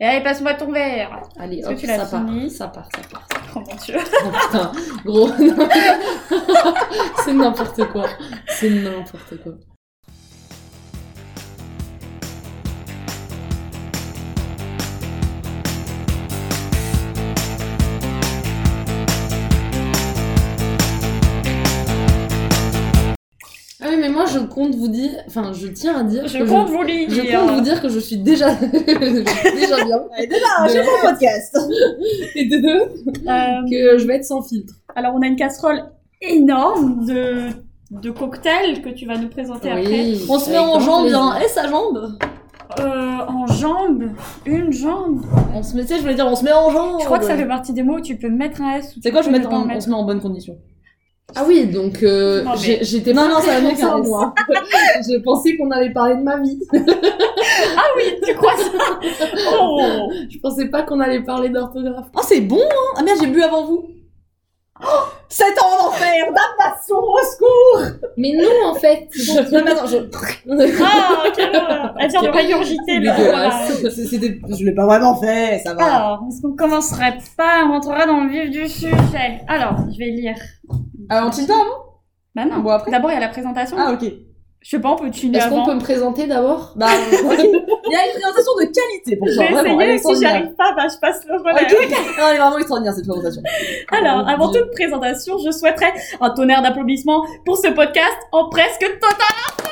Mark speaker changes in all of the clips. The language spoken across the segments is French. Speaker 1: Et allez, passe-moi ton verre.
Speaker 2: Allez,
Speaker 1: Est-ce
Speaker 2: hop,
Speaker 1: que tu
Speaker 2: ça
Speaker 1: l'as
Speaker 2: part,
Speaker 1: fini
Speaker 2: ça part, ça part.
Speaker 1: Oh mon dieu.
Speaker 2: Oh, putain, gros, non. c'est n'importe quoi. C'est n'importe quoi. Ah oui, mais moi je compte vous dire, enfin je tiens à dire,
Speaker 1: Je
Speaker 2: que
Speaker 1: compte vous lire.
Speaker 2: je, je compte vous dire que je suis déjà, je suis déjà bien.
Speaker 3: Ouais, déjà, j'ai mon podcast.
Speaker 2: Et de deux,
Speaker 1: Euh,
Speaker 2: que je vais être sans filtre.
Speaker 1: alors, on a une casserole énorme de, de cocktails que tu vas nous présenter après.
Speaker 2: Oui,
Speaker 3: On se met
Speaker 2: avec
Speaker 3: en
Speaker 2: grand
Speaker 3: jambe,
Speaker 2: plaisir.
Speaker 3: hein. Et sa jambe
Speaker 1: Euh, en jambes. Une jambe.
Speaker 3: On se met, tu sais, je voulais dire, on se met en jambe.
Speaker 1: Je crois que ça fait partie des mots où tu peux mettre un S. ou tu
Speaker 3: Oh, C'est quoi, je
Speaker 1: peux
Speaker 3: vais
Speaker 1: ne
Speaker 3: mettre
Speaker 1: pas
Speaker 3: en- on
Speaker 1: mettre.
Speaker 3: se met en bonne condition.
Speaker 2: Ah oui, donc euh,
Speaker 1: Non, mais-
Speaker 2: j'ai- j'étais
Speaker 3: Non,
Speaker 2: pas
Speaker 3: non, ça va
Speaker 2: prête
Speaker 3: mieux
Speaker 2: pour
Speaker 3: qu'un
Speaker 2: ça,
Speaker 3: S.
Speaker 2: moi. Je pensais qu'on allait parler de ma vie.
Speaker 1: Ah oui, tu crois ça Oh
Speaker 2: Je pensais pas qu'on allait parler d'orthographe.
Speaker 3: Oh, c'est bon, hein Ah merde, j'ai bu avant vous. Oh, Sept ans d'enfer, damnation, au secours
Speaker 2: Mais non, en fait.
Speaker 3: Non, mais attends, je...
Speaker 1: Ah, quelle horreur Elle vient de régurgiter le.
Speaker 2: Dégueulasse.
Speaker 3: C'est- c'était- Je l'ai pas vraiment fait, ça va.
Speaker 1: Alors, est-ce qu'on commencerait pas On rentrera dans le vif du sujet. Alors, je vais lire.
Speaker 3: Alors, Euh, on tilt pas avant
Speaker 1: Bah non.
Speaker 3: Bon, après.
Speaker 1: D'abord, il y a la présentation.
Speaker 3: Ah, ok.
Speaker 1: Je sais pas, on peut tuner
Speaker 2: Est-ce qu'on
Speaker 1: avant.
Speaker 2: peut me présenter d'abord
Speaker 3: Bah, ok. Il y a une présentation de qualité pour
Speaker 1: Je
Speaker 3: toi,
Speaker 1: vais
Speaker 3: vraiment. elle est
Speaker 1: essayer, si
Speaker 3: extraordinaire.
Speaker 1: j'arrive pas, bah je passe le relais.
Speaker 3: Ok, Non, elle est vraiment extraordinaire cette présentation.
Speaker 1: Alors,
Speaker 2: Oh,
Speaker 1: avant
Speaker 2: Dieu.
Speaker 1: toute présentation, je souhaiterais un tonnerre d'applaudissements pour ce podcast en presque total.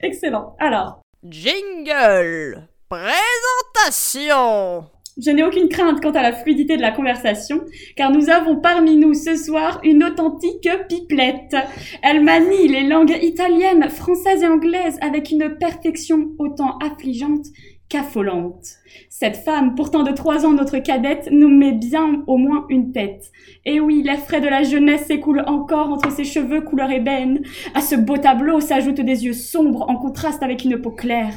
Speaker 1: Excellent. Alors,
Speaker 4: Jingle Présentation
Speaker 1: Je n'ai aucune crainte quant à la fluidité de la conversation, car nous avons parmi nous ce soir une authentique pipelette. Elle manie les langues italiennes, françaises et anglaises avec une perfection autant affligeante qu'affolante. Cette femme, pourtant de trois ans notre cadette, nous met bien au moins une tête. Et oui, les frais de la jeunesse s'écoulent encore entre ses cheveux couleur ébène. À ce beau tableau s'ajoutent des yeux sombres en contraste avec une peau claire.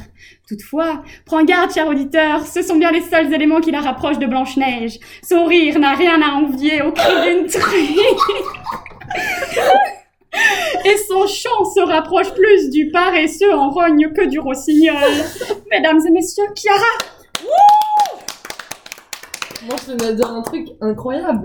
Speaker 1: Toutefois, Prends garde, cher auditeur, ce sont bien les seuls éléments qui la rapprochent de Blanche-Neige. Son rire n'a rien à envier au cri d'une truie. Et son chant se rapproche plus du paresseux en rogne que du rossignol. Mesdames et messieurs, Chiara,
Speaker 2: Moi, je tenais à dire un truc incroyable.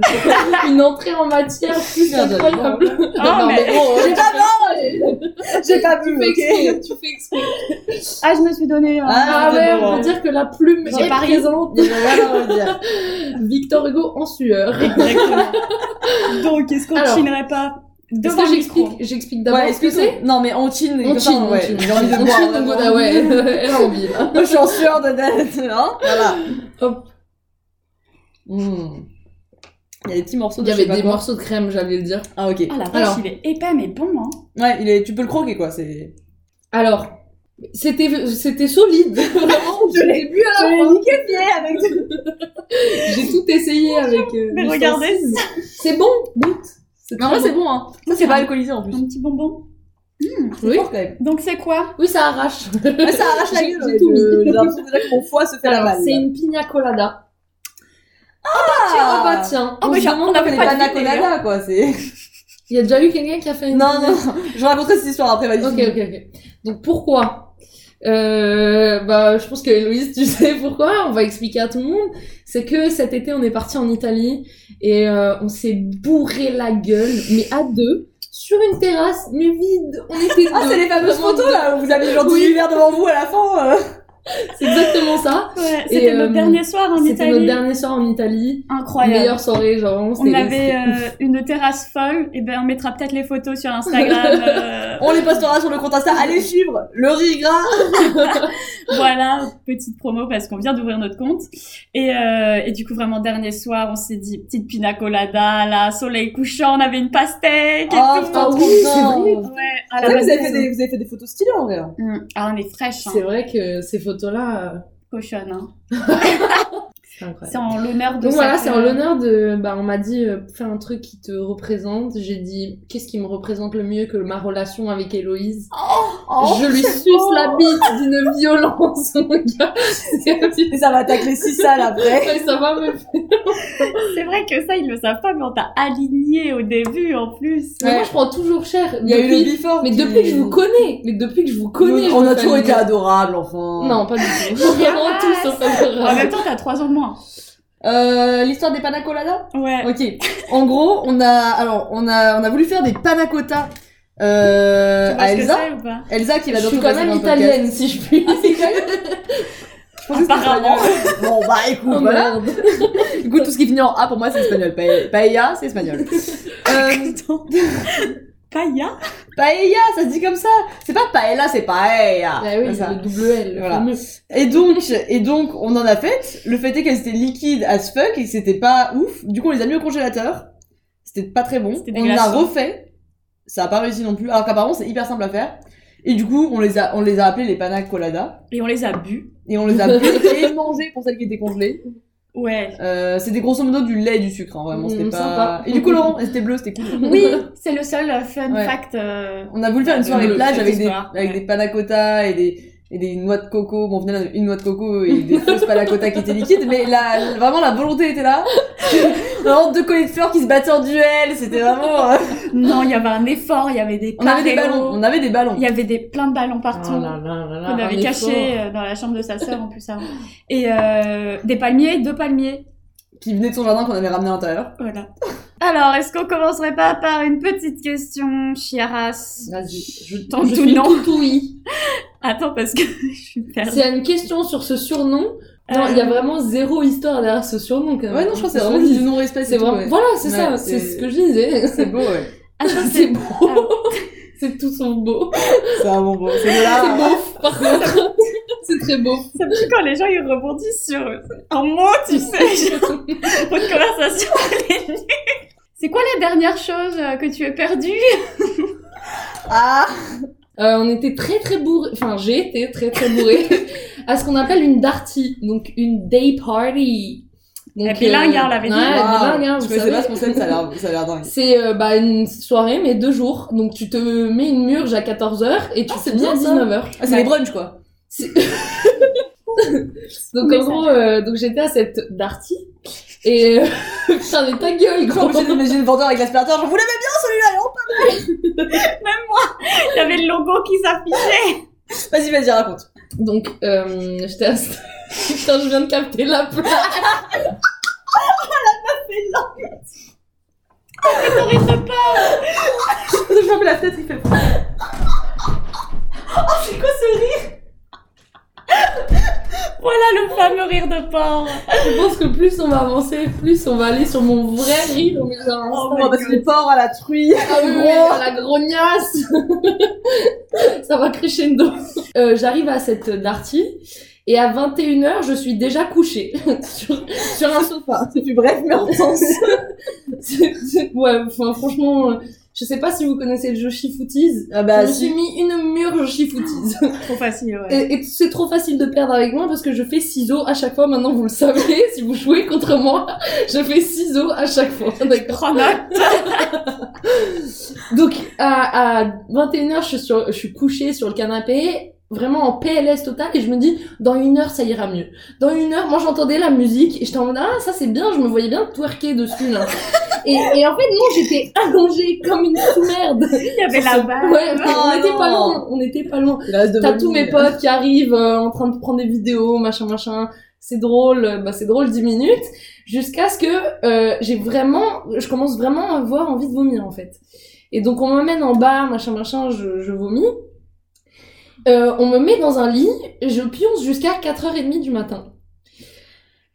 Speaker 2: Une entrée en matière plus
Speaker 3: Merde,
Speaker 2: incroyable.
Speaker 1: Ah, mais-
Speaker 2: gros,
Speaker 3: J'ai
Speaker 2: oh, tu
Speaker 3: pas-
Speaker 2: fais-
Speaker 3: J'ai pas
Speaker 2: tu
Speaker 3: bu,
Speaker 2: fais
Speaker 3: ok.
Speaker 2: exprès, Tu fais exprès.
Speaker 1: ah, je me suis donné. euh,
Speaker 3: Ah,
Speaker 2: Ah ouais,
Speaker 3: bon,
Speaker 2: on
Speaker 3: hein.
Speaker 2: peut dire que la plume
Speaker 1: J'ai
Speaker 2: est
Speaker 1: parié.
Speaker 2: présente.
Speaker 3: Il y avait rien à redire.
Speaker 2: Victor Hugo en sueur.
Speaker 1: Exactement. Donc, est-ce qu'on
Speaker 2: Alors,
Speaker 1: chinerait pas
Speaker 2: Est-ce
Speaker 1: devant
Speaker 2: que
Speaker 1: le micro
Speaker 2: j'explique J'explique d'abord ce que c'est
Speaker 3: Non, mais on chine.
Speaker 2: On
Speaker 3: comme ça,
Speaker 2: chine, on
Speaker 3: ouais.
Speaker 2: chine.
Speaker 3: J'ai envie de
Speaker 2: On
Speaker 3: boire.
Speaker 2: chine, on
Speaker 3: vraiment.
Speaker 2: go- ah ouais, elle a envie, là.
Speaker 3: Moi, je suis en sueur de dette, hein. Voilà.
Speaker 2: Hop.
Speaker 3: Hmm. Il y a des petits morceaux
Speaker 2: Il
Speaker 3: de
Speaker 2: y
Speaker 3: je
Speaker 2: avait
Speaker 3: sais pas
Speaker 2: des
Speaker 3: quoi.
Speaker 2: morceaux de crème, j'allais le dire.
Speaker 3: Ah, ok.
Speaker 1: Ah la vache,
Speaker 2: Alors.
Speaker 1: il est épais mais bon, hein.
Speaker 3: Ouais, il est... tu peux le croquer, quoi. C'est...
Speaker 2: Alors, c'était c'était solide, vraiment, du début à la fin.
Speaker 3: niqué pied avec du...
Speaker 2: J'ai tout essayé avec. euh,
Speaker 1: Mais
Speaker 2: du
Speaker 1: regardez.
Speaker 2: saucisme. C'est bon, goûte.
Speaker 3: Mais en vrai, c'est bon, hein. Ça, c'est pas alcoolisé, en plus.
Speaker 1: Un petit bonbon.
Speaker 3: C'est
Speaker 2: Oui.
Speaker 3: fort, Ah, quand même.
Speaker 1: Donc, c'est quoi
Speaker 2: Oui, ça arrache.
Speaker 3: Mais ça arrache la
Speaker 2: J'ai-
Speaker 3: gueule.
Speaker 2: j'ai
Speaker 3: ouais,
Speaker 2: tout
Speaker 3: je-
Speaker 2: mis.
Speaker 3: J'ai l'impression déjà que mon foie se fait la
Speaker 2: Alors,
Speaker 3: balle.
Speaker 2: c'est une pina colada. Ah bah tiens,
Speaker 1: Ah,
Speaker 2: on
Speaker 1: mais
Speaker 2: se
Speaker 1: j'ai-
Speaker 2: demande
Speaker 1: on a
Speaker 2: comment
Speaker 1: fait
Speaker 2: les
Speaker 1: pas de
Speaker 2: bananes-
Speaker 3: Pana
Speaker 1: vidéo.
Speaker 3: colada, quoi. C'est...
Speaker 2: Il y a déjà eu quelqu'un qui a fait une.
Speaker 3: Non, non, je raconterai cette histoire après, vas-y.
Speaker 2: Ok, ok, ok. Donc pourquoi euh, bah, je pense que Héloïse, tu sais pourquoi. On va expliquer à tout le monde. C'est que cet été, on est parti en Italie et euh, on s'est bourré la gueule, mais à deux, sur une terrasse, mais vide. On était
Speaker 3: Ah,
Speaker 2: deux.
Speaker 3: c'est les fameuses
Speaker 2: Vraiment
Speaker 3: photos,
Speaker 2: deux.
Speaker 3: là, où vous avez genre 18
Speaker 2: Oui.
Speaker 3: verres devant vous à la fin. euh.
Speaker 2: C'est exactement ça.
Speaker 1: Ouais, C'était
Speaker 2: euh,
Speaker 1: notre dernier soir en
Speaker 2: C'était
Speaker 1: Italie.
Speaker 2: notre dernier soir en Italie.
Speaker 1: Incroyable.
Speaker 2: Meilleure soirée, genre. vraiment,
Speaker 1: On
Speaker 2: c'était-
Speaker 1: avait
Speaker 2: c'était ouf.
Speaker 1: euh, une terrasse folle, et ben on mettra peut-être les photos sur Instagram. euh,
Speaker 3: On les postera sur le compte Insta. Allez suivre le riz gras.
Speaker 1: voilà, petite promo parce qu'on vient d'ouvrir notre compte. Et, euh, et du coup, vraiment, dernier soir, on s'est dit petite pina colada, là, soleil couchant, on avait une pastèque et
Speaker 3: Oh,
Speaker 1: tout.
Speaker 2: Ah
Speaker 3: trop
Speaker 2: oui, c'est
Speaker 3: bien.
Speaker 2: vrai.
Speaker 1: Ouais, à
Speaker 3: Ah,
Speaker 1: la Mm.
Speaker 3: vous, avez
Speaker 1: base,
Speaker 3: fait des, vous avez fait des photos stylées en vrai. hein.
Speaker 1: Hum, Ah, on est fraîche, hein,
Speaker 2: C'est vrai que ces photos-là. euh,
Speaker 1: cochonne. Hein.
Speaker 2: C'est incroyable.
Speaker 1: C'est en l'honneur de
Speaker 2: Donc voilà,
Speaker 1: sa-
Speaker 2: c'est en l'honneur de. Bah, on m'a dit, euh, fais un truc qui te représente. J'ai dit, qu'est-ce qui me représente le mieux que ma relation avec Héloïse
Speaker 3: Oh,
Speaker 2: Je lui suce la bite d'une violence, mon gars. C'est abusé.
Speaker 3: Et ça va tacler si sale après.
Speaker 2: Ouais, ça va, meuf.
Speaker 1: C'est vrai que ça, ils le savent pas, mais on t'a aligné au début en plus.
Speaker 2: Mais moi, je prends toujours cher.
Speaker 3: Il y a eu
Speaker 2: Depuis-
Speaker 3: le before.
Speaker 2: Mais
Speaker 3: qui-
Speaker 2: depuis que je vous connais, mais depuis que je vous connais,
Speaker 3: on
Speaker 2: je
Speaker 3: a
Speaker 2: vous
Speaker 3: toujours
Speaker 2: connais.
Speaker 3: été Ah, adorables, enfin.
Speaker 2: Non, pas du tout. Vraiment tout sauf
Speaker 1: En même
Speaker 2: adorable.
Speaker 1: temps, t'as trois ans de moins.
Speaker 3: Euh, l'histoire des panna colada
Speaker 1: Ouais.
Speaker 3: Ok. En gros, on a, alors, on a, on a voulu faire des panna cotta, euh,
Speaker 1: Tu vois
Speaker 3: à
Speaker 1: ce que
Speaker 3: Elsa.
Speaker 1: c'est ou pas
Speaker 3: Elsa qui
Speaker 2: Je
Speaker 3: va
Speaker 2: suis
Speaker 3: bientôt
Speaker 2: quand
Speaker 3: passer
Speaker 2: même
Speaker 3: dans le podcast.
Speaker 2: italienne, si je
Speaker 3: Ah,
Speaker 2: puis.
Speaker 3: Je pensais que c'était
Speaker 1: Apparemment.
Speaker 3: espagnol. bon, bah écoute,
Speaker 2: Oh,
Speaker 3: voilà.
Speaker 2: merde.
Speaker 3: Écoute, tout ce qui finit en A pour moi c'est espagnol. Pae- Paella, c'est espagnol. Euh,
Speaker 1: Attends. Païa
Speaker 3: paella, ça se dit comme ça. C'est pas paella, c'est paella.
Speaker 2: Ah oui,
Speaker 3: Comme ça.
Speaker 2: le double L. le
Speaker 3: Voilà.
Speaker 2: fameux.
Speaker 3: Et donc, et donc, on en a fait. Le fait est qu'elles étaient liquides as fuck et que c'était pas ouf. Du coup, on les a mis au congélateur. C'était pas très bon.
Speaker 1: C'était
Speaker 3: On les a
Speaker 1: dégueulasse.
Speaker 3: refait. Ça a pas réussi non plus. Alors qu'apparemment, c'est hyper simple à faire. Et du coup, on les a, on les a appelés les panna colada.
Speaker 1: Et on les a bu.
Speaker 3: Et on les a bu et mangés pour celles qui étaient congelées.
Speaker 1: Ouais.
Speaker 3: Euh, c'était grosso modo du lait et du sucre, hein, vraiment. C'était
Speaker 2: Mm,
Speaker 3: pas.
Speaker 2: sympa.
Speaker 3: Et du colorant. Et c'était bleu, c'était cool.
Speaker 1: Oui, c'est le seul euh, fun
Speaker 3: Ouais.
Speaker 1: fact. euh,
Speaker 3: On a voulu faire une soirée
Speaker 1: Bleu,
Speaker 3: plage
Speaker 1: cette
Speaker 3: avec des,
Speaker 1: histoire,
Speaker 3: avec
Speaker 1: ouais.
Speaker 3: des panna cotta et des, et des noix de coco. Bon, au final, on avait une noix de coco et des fausses panna cotta qui étaient liquides, mais la, vraiment, la volonté était là. Vraiment, deux collets de fleurs qui se battaient en duel. C'était vraiment, euh,
Speaker 1: Non, il y avait un effort, il y avait des
Speaker 3: on avait des
Speaker 1: paréos,
Speaker 3: ballons, on avait des ballons.
Speaker 1: Il y avait des, plein de ballons
Speaker 2: Oh
Speaker 1: partout.
Speaker 2: là là là là,
Speaker 1: qu'on
Speaker 2: un
Speaker 1: avait caché
Speaker 2: effort.
Speaker 1: euh, dans la chambre de sa sœur en plus avant. Et euh, des palmiers, deux palmiers.
Speaker 3: Qui venaient de son jardin qu'on avait ramené à l'intérieur.
Speaker 1: Voilà. Alors, est-ce qu'on commencerait pas par une petite question, Chiaras
Speaker 2: Vas-y, je
Speaker 1: Tant
Speaker 2: tente
Speaker 1: tout non.
Speaker 2: Tout oui.
Speaker 1: Attends, parce que je suis perdue.
Speaker 2: C'est une question sur ce surnom. Non,
Speaker 1: Euh,
Speaker 2: il y a vraiment zéro histoire derrière ce surnom quand même.
Speaker 3: Ouais, non, je crois que c'est
Speaker 2: Ce
Speaker 3: vraiment
Speaker 2: surnom,
Speaker 3: du non-respect.
Speaker 2: C'est
Speaker 3: tout,
Speaker 2: vraiment.
Speaker 3: ouais.
Speaker 2: Voilà, c'est
Speaker 3: Ouais,
Speaker 2: ça,
Speaker 3: c'est-
Speaker 2: c'est ce que je disais.
Speaker 3: C'est beau, Ah. ouais.
Speaker 1: Attends,
Speaker 2: C'est beau. C'est tout son beau.
Speaker 3: C'est vraiment beau. C'est beau
Speaker 2: C'est
Speaker 3: là.
Speaker 2: beau, par contre. C'est très beau.
Speaker 1: Ça me dit quand les gens ils rebondissent sur un mot, tu sais, genre, votre conversation elle est nulle. C'est quoi la dernière chose euh, que tu as perdue
Speaker 3: Ah!
Speaker 2: Euh, on était très très bourré, enfin j'ai été très très bourré à ce qu'on appelle une darty, donc une day party.
Speaker 3: Eh
Speaker 2: Donc, euh,
Speaker 1: Elle est bilingue, hein, on l'avait dit.
Speaker 2: Ouais, elle est
Speaker 3: Waouh.
Speaker 2: bilingue, hein, vous
Speaker 3: Je connaissais
Speaker 2: savez.
Speaker 3: pas ce concept, ça a l'air, ça a l'air dingue.
Speaker 2: C'est euh, bah, une soirée, mais deux jours. Donc tu te mets une murge à 14h et tu
Speaker 3: Ah, c'est
Speaker 2: finis à
Speaker 3: bien, ça.
Speaker 2: 19h.
Speaker 3: Ah, c'est les brunchs, quoi.
Speaker 2: Donc
Speaker 1: Mais
Speaker 2: en
Speaker 1: ça-
Speaker 2: gros, euh, donc j'étais à cette darty et euh, putain mais ta gueule
Speaker 3: Je suis
Speaker 2: gros.
Speaker 3: obligée d'imaginer le vendeur avec l'aspirateur, genre, vous l'avez bien celui-là, non
Speaker 1: Il y avait le logo qui s'affichait.
Speaker 3: Vas-y, vas-y, raconte.
Speaker 2: Donc euh, j'étais à cette... putain je viens de capter la plaque.
Speaker 1: T'aurais pas.
Speaker 3: Je ferme la fenêtre, il fait froid. Oh, c'est quoi ce rire
Speaker 1: Voilà le fameux rire de porc.
Speaker 2: Je pense que plus on va avancer, plus on va aller sur mon vrai rire. Mais genre,
Speaker 3: On va passer du porc bah, à la truie.
Speaker 2: Ah oui,
Speaker 3: Gros.
Speaker 2: mais à la grognasse Ça va crescendo. Euh, J'arrive à cette darty et à 21h, je suis déjà couchée sur, sur un sofa.
Speaker 3: C'est plus bref, mais intense.
Speaker 2: C'est- c'est- ouais, enfin, franchement, euh, je sais pas si vous connaissez le jeu Shifooties.
Speaker 3: Ah bah,
Speaker 2: je me
Speaker 3: si.
Speaker 2: suis mis une murge Shifooties.
Speaker 1: Trop facile, Ah, ouais.
Speaker 2: Et, et c'est trop facile de perdre avec moi parce que je fais ciseaux à chaque fois. Maintenant, vous le savez, si vous jouez contre moi, je fais ciseaux à chaque fois. D'accord.
Speaker 1: Prends note.
Speaker 2: Donc, à, à 21h, je suis, sur, je suis couchée sur le canapé, vraiment en PLS total, et je me dis, dans une heure, ça ira mieux. Dans une heure, moi, j'entendais la musique, et j'étais en mode, ah, ça c'est bien, je me voyais bien twerker dessus, là. et, et en fait, non, j'étais allongée comme une merde.
Speaker 1: Il y avait la balle.
Speaker 2: Ouais, mais
Speaker 3: Oh,
Speaker 2: on était pas
Speaker 3: non.
Speaker 2: loin, on était pas loin.
Speaker 3: Il reste de
Speaker 2: T'as
Speaker 3: vomir.
Speaker 2: tous mes potes qui arrivent euh, en train de prendre des vidéos, machin, machin. C'est drôle, euh, bah c'est drôle 10 minutes, jusqu'à ce que euh, j'ai vraiment, je commence vraiment à avoir envie de vomir en fait. Et donc on m'emmène en bas, machin, machin, je, je vomis. Euh, on me met dans un lit, et je pionce jusqu'à 4h30 du matin.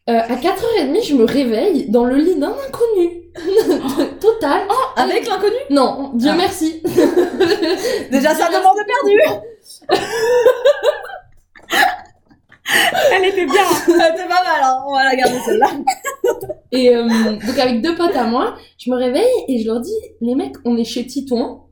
Speaker 2: Euh, à 4h30, je me réveille dans le lit d'un inconnu. Total.
Speaker 3: Ah, Avec l'inconnu
Speaker 2: Non, Dieu
Speaker 3: Ah.
Speaker 2: merci.
Speaker 3: Déjà, ça demande de
Speaker 1: Elle était bien.
Speaker 3: perdu. T'es pas mal, hein. On va la garder celle-là.
Speaker 2: Et euh, donc avec deux potes à moi, je me réveille et je leur dis, les mecs, on est chez Titouan,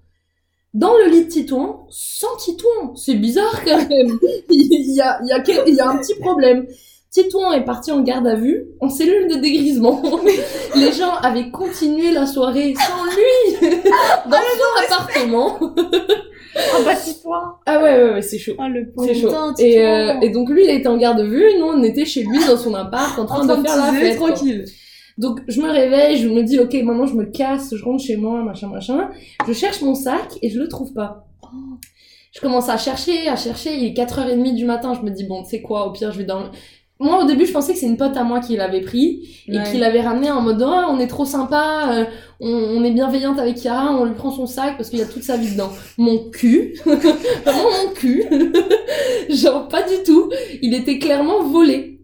Speaker 2: dans le lit de Titouan, sans Titouan. C'est bizarre quand même. Il y a, il y, a, quel- il y a un petit problème. Titouan est parti en garde à vue, en cellule de dégrisement. Les gens avaient continué la soirée sans lui dans son appartement.
Speaker 1: Oh bah c'est toi
Speaker 2: Ah ouais, ouais, ouais, c'est chaud.
Speaker 1: Oh le pauvre.
Speaker 2: C'est chaud.
Speaker 3: Putain, Titouan.
Speaker 2: Et, euh, et donc lui, il était en garde à vue, nous on était chez lui dans son appart en train,
Speaker 3: En train
Speaker 2: de faire la
Speaker 3: teaser,
Speaker 2: fête. quoi.
Speaker 3: tranquille.
Speaker 2: Donc je me réveille, je me dis ok maintenant je me casse, je rentre chez moi, machin machin. Je cherche mon sac et je le trouve pas. Je commence à chercher, à chercher, il est 4h30 du matin, je me dis bon tu sais quoi, au pire je vais dans... le- Moi au début je pensais que c'est une pote à moi qui l'avait pris et
Speaker 3: Ouais.
Speaker 2: qui l'avait ramené en mode Ah, on est trop sympa, euh, on, on est bienveillante avec Chiara, on lui prend son sac parce qu'il y a toute sa vie dedans. Mon cul, vraiment mon cul, genre pas du tout, il était clairement volé.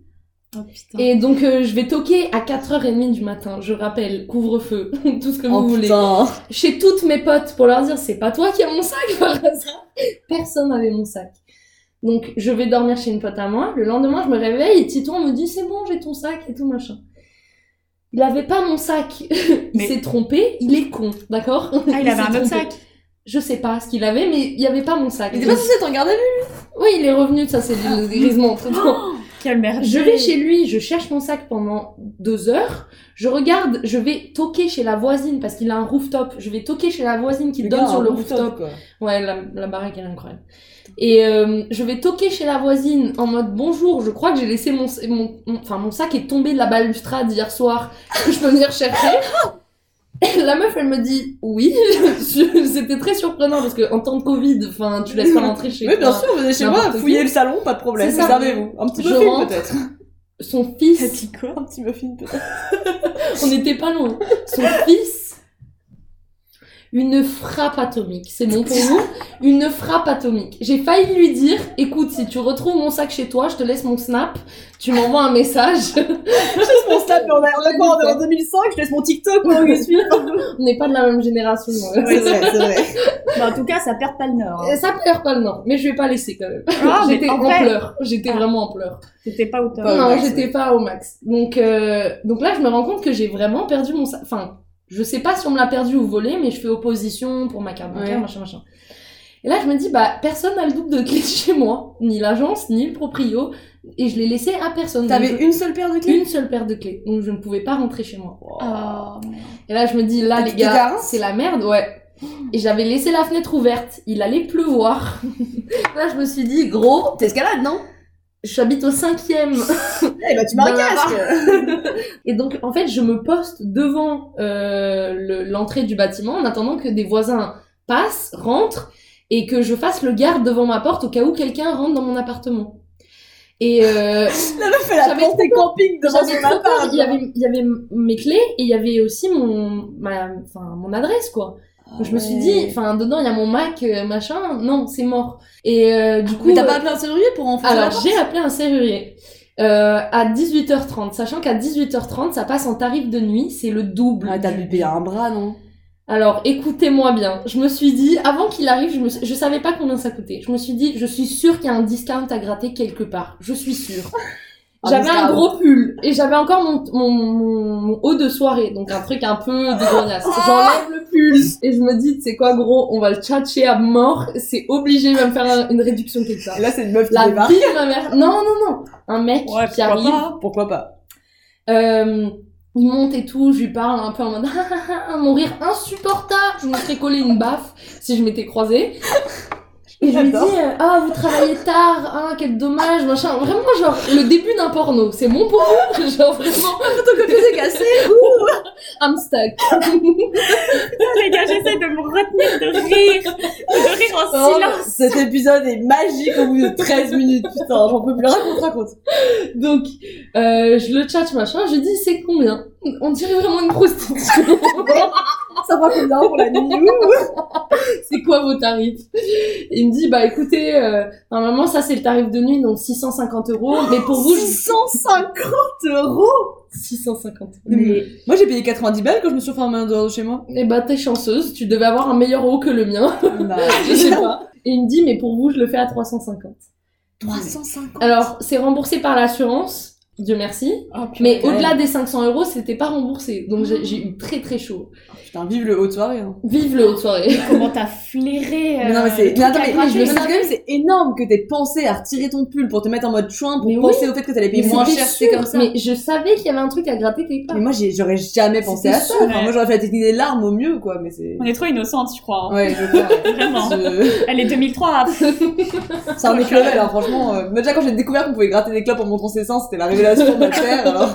Speaker 1: Oh putain.
Speaker 2: Et donc euh, je vais toquer à 4h30 du matin, je rappelle, couvre-feu, tout ce que vous
Speaker 3: Oh
Speaker 2: voulez.
Speaker 3: putain.
Speaker 2: Chez toutes mes potes pour leur dire c'est pas toi qui as mon sac par hasard. Personne n'avait mon sac. Donc je vais dormir chez une pote à moi, le lendemain je me réveille et Titouan me dit c'est bon j'ai ton sac et tout machin. Il avait pas mon sac, il
Speaker 1: Mais-
Speaker 2: s'est trompé, il est con, d'accord
Speaker 1: Ah il avait
Speaker 2: s'est
Speaker 1: un autre
Speaker 2: trompé.
Speaker 1: sac.
Speaker 2: Je sais pas ce qu'il avait mais il y avait pas mon sac.
Speaker 3: Il était pas censé être en garde à vue.
Speaker 2: Oui il est revenu de sa cellule de grisement.
Speaker 1: Quelle merde.
Speaker 2: Je vais chez lui, je cherche mon sac pendant deux heures. Je regarde, je vais toquer chez la voisine parce qu'il a un rooftop. Je vais toquer chez la voisine qui
Speaker 3: Le
Speaker 2: donne
Speaker 3: gars,
Speaker 2: sur
Speaker 3: un
Speaker 2: le rooftop.
Speaker 3: quoi.
Speaker 2: Ouais, la, la baraque elle est incroyable. Et euh, je vais toquer chez la voisine en mode bonjour. Je crois que j'ai laissé mon, mon, mon- enfin mon sac est tombé de la balustrade hier soir. Est-ce que je peux venir chercher La meuf elle me dit oui. C'était très surprenant parce que en temps de Covid, enfin tu laisses pas rentrer chez
Speaker 3: Oui, bien
Speaker 2: toi.
Speaker 3: sûr, venez chez moi,
Speaker 2: N'importe qui.
Speaker 3: fouillez le salon, pas de problème.
Speaker 2: C'est ça.
Speaker 3: Servez-vous. Un petit
Speaker 2: Je
Speaker 3: muffin
Speaker 2: rentre.
Speaker 3: peut-être.
Speaker 2: Son fils.
Speaker 1: T'as dit quoi
Speaker 3: Un petit muffin peut-être.
Speaker 2: On n'était pas loin. Son fils, une frappe atomique. C'est bon pour vous Une frappe atomique. J'ai failli lui dire, écoute, si tu retrouves mon sac chez toi, je te laisse mon snap, tu m'envoies un message.
Speaker 3: Je laisse mon snap, mais on a, on a quoi On est en 2005, je laisse mon TikTok, moi, je suis.
Speaker 2: On n'est pas de la même génération. euh.
Speaker 3: C'est vrai, c'est vrai.
Speaker 1: Bah, en tout cas ça perd pas le nord. hein.
Speaker 2: Ça pleure pas le nom, mais je vais pas laisser quand même.
Speaker 1: Ah, mais
Speaker 2: j'étais
Speaker 1: en
Speaker 2: en,
Speaker 1: vrai.
Speaker 2: pleurs, j'étais
Speaker 1: Ah.
Speaker 2: vraiment en pleurs.
Speaker 1: C'était pas au top.
Speaker 3: Pas au
Speaker 2: non,
Speaker 3: max,
Speaker 2: j'étais pas au max. Donc, euh, donc là, je me rends compte que j'ai vraiment perdu mon sac. Enfin, je sais pas si on me l'a perdu ou volé, mais je fais opposition pour ma carte bancaire,
Speaker 3: Ouais.
Speaker 2: machin, machin. Et là, je me dis, bah, personne n'a le double de clés chez moi, ni l'agence, ni le proprio, et je l'ai laissé à personne. Donc,
Speaker 3: T'avais
Speaker 2: je-
Speaker 3: une seule paire de clés
Speaker 2: une seule paire de clés, donc je ne pouvais pas rentrer chez moi.
Speaker 1: Oh,
Speaker 2: Et là, je me dis, là,
Speaker 3: T'as
Speaker 2: les
Speaker 3: quitté ta
Speaker 2: gars,
Speaker 3: Reims
Speaker 2: c'est la merde, ouais. Et j'avais laissé la fenêtre ouverte, il allait pleuvoir. là, je me suis dit, gros,
Speaker 3: T'escalades, non
Speaker 2: j'habite au cinquième.
Speaker 3: Eh bah, tu mets un
Speaker 2: Bah,
Speaker 3: casque
Speaker 2: Et donc, en fait, je me poste devant euh, le- l'entrée du bâtiment en attendant que des voisins passent, rentrent et que je fasse le garde devant ma porte au cas où quelqu'un rentre dans mon appartement. Et euh,
Speaker 3: La meuf, elle a
Speaker 2: J'avais
Speaker 3: planté camping devant
Speaker 2: j'avais
Speaker 3: son
Speaker 2: trop peur.
Speaker 3: appart.
Speaker 2: Il y avait, il y avait m- mes clés et il y avait aussi mon, ma, enfin, mon adresse, quoi.
Speaker 3: Ah
Speaker 2: Donc, je me suis dit, enfin, dedans, il y a mon Mac, euh, machin. Non, c'est mort. Et euh, du coup.
Speaker 3: Mais t'as
Speaker 2: euh,
Speaker 3: pas appelé un serrurier pour en faire
Speaker 2: alors, j'ai appelé un serrurier euh, à 18h30, sachant qu'à 18h30, ça passe en tarif de nuit, c'est le double.
Speaker 3: Ah, t'as
Speaker 2: du-
Speaker 3: payé un bras, non
Speaker 2: Alors, écoutez-moi bien. Je me suis dit, avant qu'il arrive, je, me, suis- je savais pas combien ça coûtait. Je me suis dit, je suis sûre qu'il y a un discount à gratter quelque part. Je suis sûre.
Speaker 3: Un
Speaker 2: J'avais un
Speaker 3: discount.
Speaker 2: gros pull et j'avais encore mon, mon, mon- mon haut de soirée, donc un truc un peu dégueulasse. J'enlève le pull et je me dis, tu sais quoi, gros, on va le tchatcher à mort. C'est obligé, il va me faire un- une réduction quelque part.
Speaker 3: Et là, c'est une meuf qui
Speaker 2: La vie
Speaker 3: débarque.
Speaker 2: de ma mère. Non, non, non. Un mec
Speaker 1: Ouais,
Speaker 2: qui arrive.
Speaker 3: Pourquoi pas
Speaker 2: Euh, il monte et tout, je lui parle un peu en mode ah, ah, ah, mon rire insupportable. Je me serais collé une baffe si je m'étais croisée. Et je lui dis
Speaker 3: J'adore.
Speaker 2: euh, ah vous travaillez tard, hein, quel dommage, machin. Vraiment genre le début d'un porno, c'est bon pour vous Genre vraiment
Speaker 3: Ton copier s'est cassé
Speaker 2: I'm stuck.
Speaker 1: Les gars, j'essaie de me retenir de rire. De rire en
Speaker 3: Oh,
Speaker 1: silence.
Speaker 3: Cet épisode est magique au bout de 13 minutes, putain, j'en peux plus. Raconte, raconte.
Speaker 2: Donc euh, je le chat machin, je lui dis c'est combien On dirait vraiment une prostitution.
Speaker 3: Ça va combien pour la nuit
Speaker 2: c'est quoi vos tarifs Il me dit bah écoutez euh, normalement ça c'est le tarif de nuit donc 650 euros, mais pour vous je-
Speaker 3: 650 euros
Speaker 2: 650.
Speaker 3: Mais- Moi j'ai payé 90 balles quand je me suis fait un main dehors de chez moi.
Speaker 2: Eh ben, t'es chanceuse, tu devais avoir un meilleur haut que le mien,
Speaker 3: Ah, bah,
Speaker 2: je sais pas. Et il me dit, mais pour vous, je le fais à 350.
Speaker 3: 350
Speaker 2: Alors, c'est remboursé par l'assurance. Dieu merci.
Speaker 1: Oh, purée.
Speaker 2: Mais
Speaker 3: Ouais.
Speaker 2: au-delà des 500 euros, c'était pas remboursé. Donc j'ai j'ai eu très très chaud.
Speaker 3: Putain, vive le haut de soirée. hein.
Speaker 2: Vive le haut de soirée.
Speaker 1: comment t'as flairé. euh,
Speaker 3: Mais non, mais
Speaker 1: le
Speaker 3: c'est.
Speaker 1: truc
Speaker 3: mais attends,
Speaker 1: à
Speaker 3: mais
Speaker 1: gratter.
Speaker 3: je me dis quand même, c'est énorme que t'aies pensé à retirer ton pull pour te mettre en mode chouin, pour
Speaker 2: Mais oui.
Speaker 3: penser au fait que t'allais payer
Speaker 2: Mais
Speaker 3: moins
Speaker 2: c'était
Speaker 3: cher, c'est
Speaker 2: sûr.
Speaker 3: comme ça.
Speaker 2: Mais je savais qu'il y avait un truc à gratter quelque part.
Speaker 3: Mais moi, j'ai- j'aurais jamais pensé
Speaker 1: C'était
Speaker 3: à ça.
Speaker 1: sûr,
Speaker 3: Enfin,
Speaker 1: ouais.
Speaker 3: moi, j'aurais fait la technique des larmes au mieux, quoi, mais c'est.
Speaker 1: On est trop innocentes, je crois. hein.
Speaker 3: Ouais, je crois. ouais.
Speaker 1: Vraiment.
Speaker 3: Je-
Speaker 1: Elle est 2003. pff,
Speaker 3: C'est un autre level, hein, franchement. euh, Déjà, quand j'ai découvert qu'on pouvait gratter des clopes en montrant ses seins, c'était la révélation de ma terre, alors.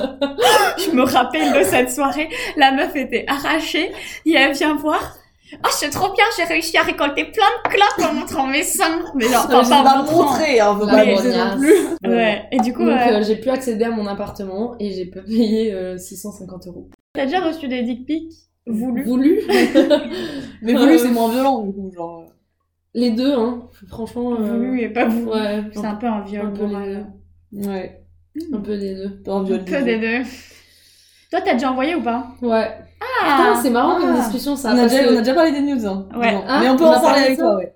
Speaker 1: Je me rappelle de cette soirée. La meuf était arrachée. Et elle vient voir. Ah, c'est trop bien, j'ai réussi à récolter plein de clopes en montrant mes seins. Mais genre,
Speaker 3: Enfin,
Speaker 1: pas,
Speaker 3: je
Speaker 1: pas
Speaker 3: vais
Speaker 1: en
Speaker 3: pas
Speaker 1: montrant.
Speaker 3: montrer, hein, faut
Speaker 2: La
Speaker 3: pas abuser
Speaker 2: grognasse.
Speaker 3: non plus.
Speaker 1: Ouais. Et du coup,
Speaker 2: Donc
Speaker 1: euh,
Speaker 2: euh, j'ai pu accéder à mon appartement et j'ai pu payer euh, 650 euros.
Speaker 1: t'as déjà reçu des dick pics voulus
Speaker 2: Voulu
Speaker 3: Mais voulu, c'est moins violent, du coup, genre.
Speaker 2: Les deux, hein. Franchement. euh,
Speaker 1: Voulus et pas voulus.
Speaker 2: Ouais.
Speaker 1: C'est un peu un viol
Speaker 2: un peu les
Speaker 1: moral.
Speaker 2: deux.
Speaker 3: euh, Ouais.
Speaker 2: Un peu les deux.
Speaker 3: T'es en viol.
Speaker 1: Que des deux. Toi, t'as déjà envoyé ou pas
Speaker 2: Ouais.
Speaker 1: Ah,
Speaker 2: Putain, c'est marrant comme
Speaker 1: ah.
Speaker 2: discussion ça.
Speaker 3: On a,
Speaker 2: parce
Speaker 3: déjà,
Speaker 2: que-
Speaker 3: on a déjà parlé des news, hein.
Speaker 1: Ouais.
Speaker 3: Non.
Speaker 2: Ah,
Speaker 3: mais on peut
Speaker 2: on a
Speaker 3: en parler
Speaker 2: parlé
Speaker 3: avec
Speaker 2: de
Speaker 3: toi, ouais.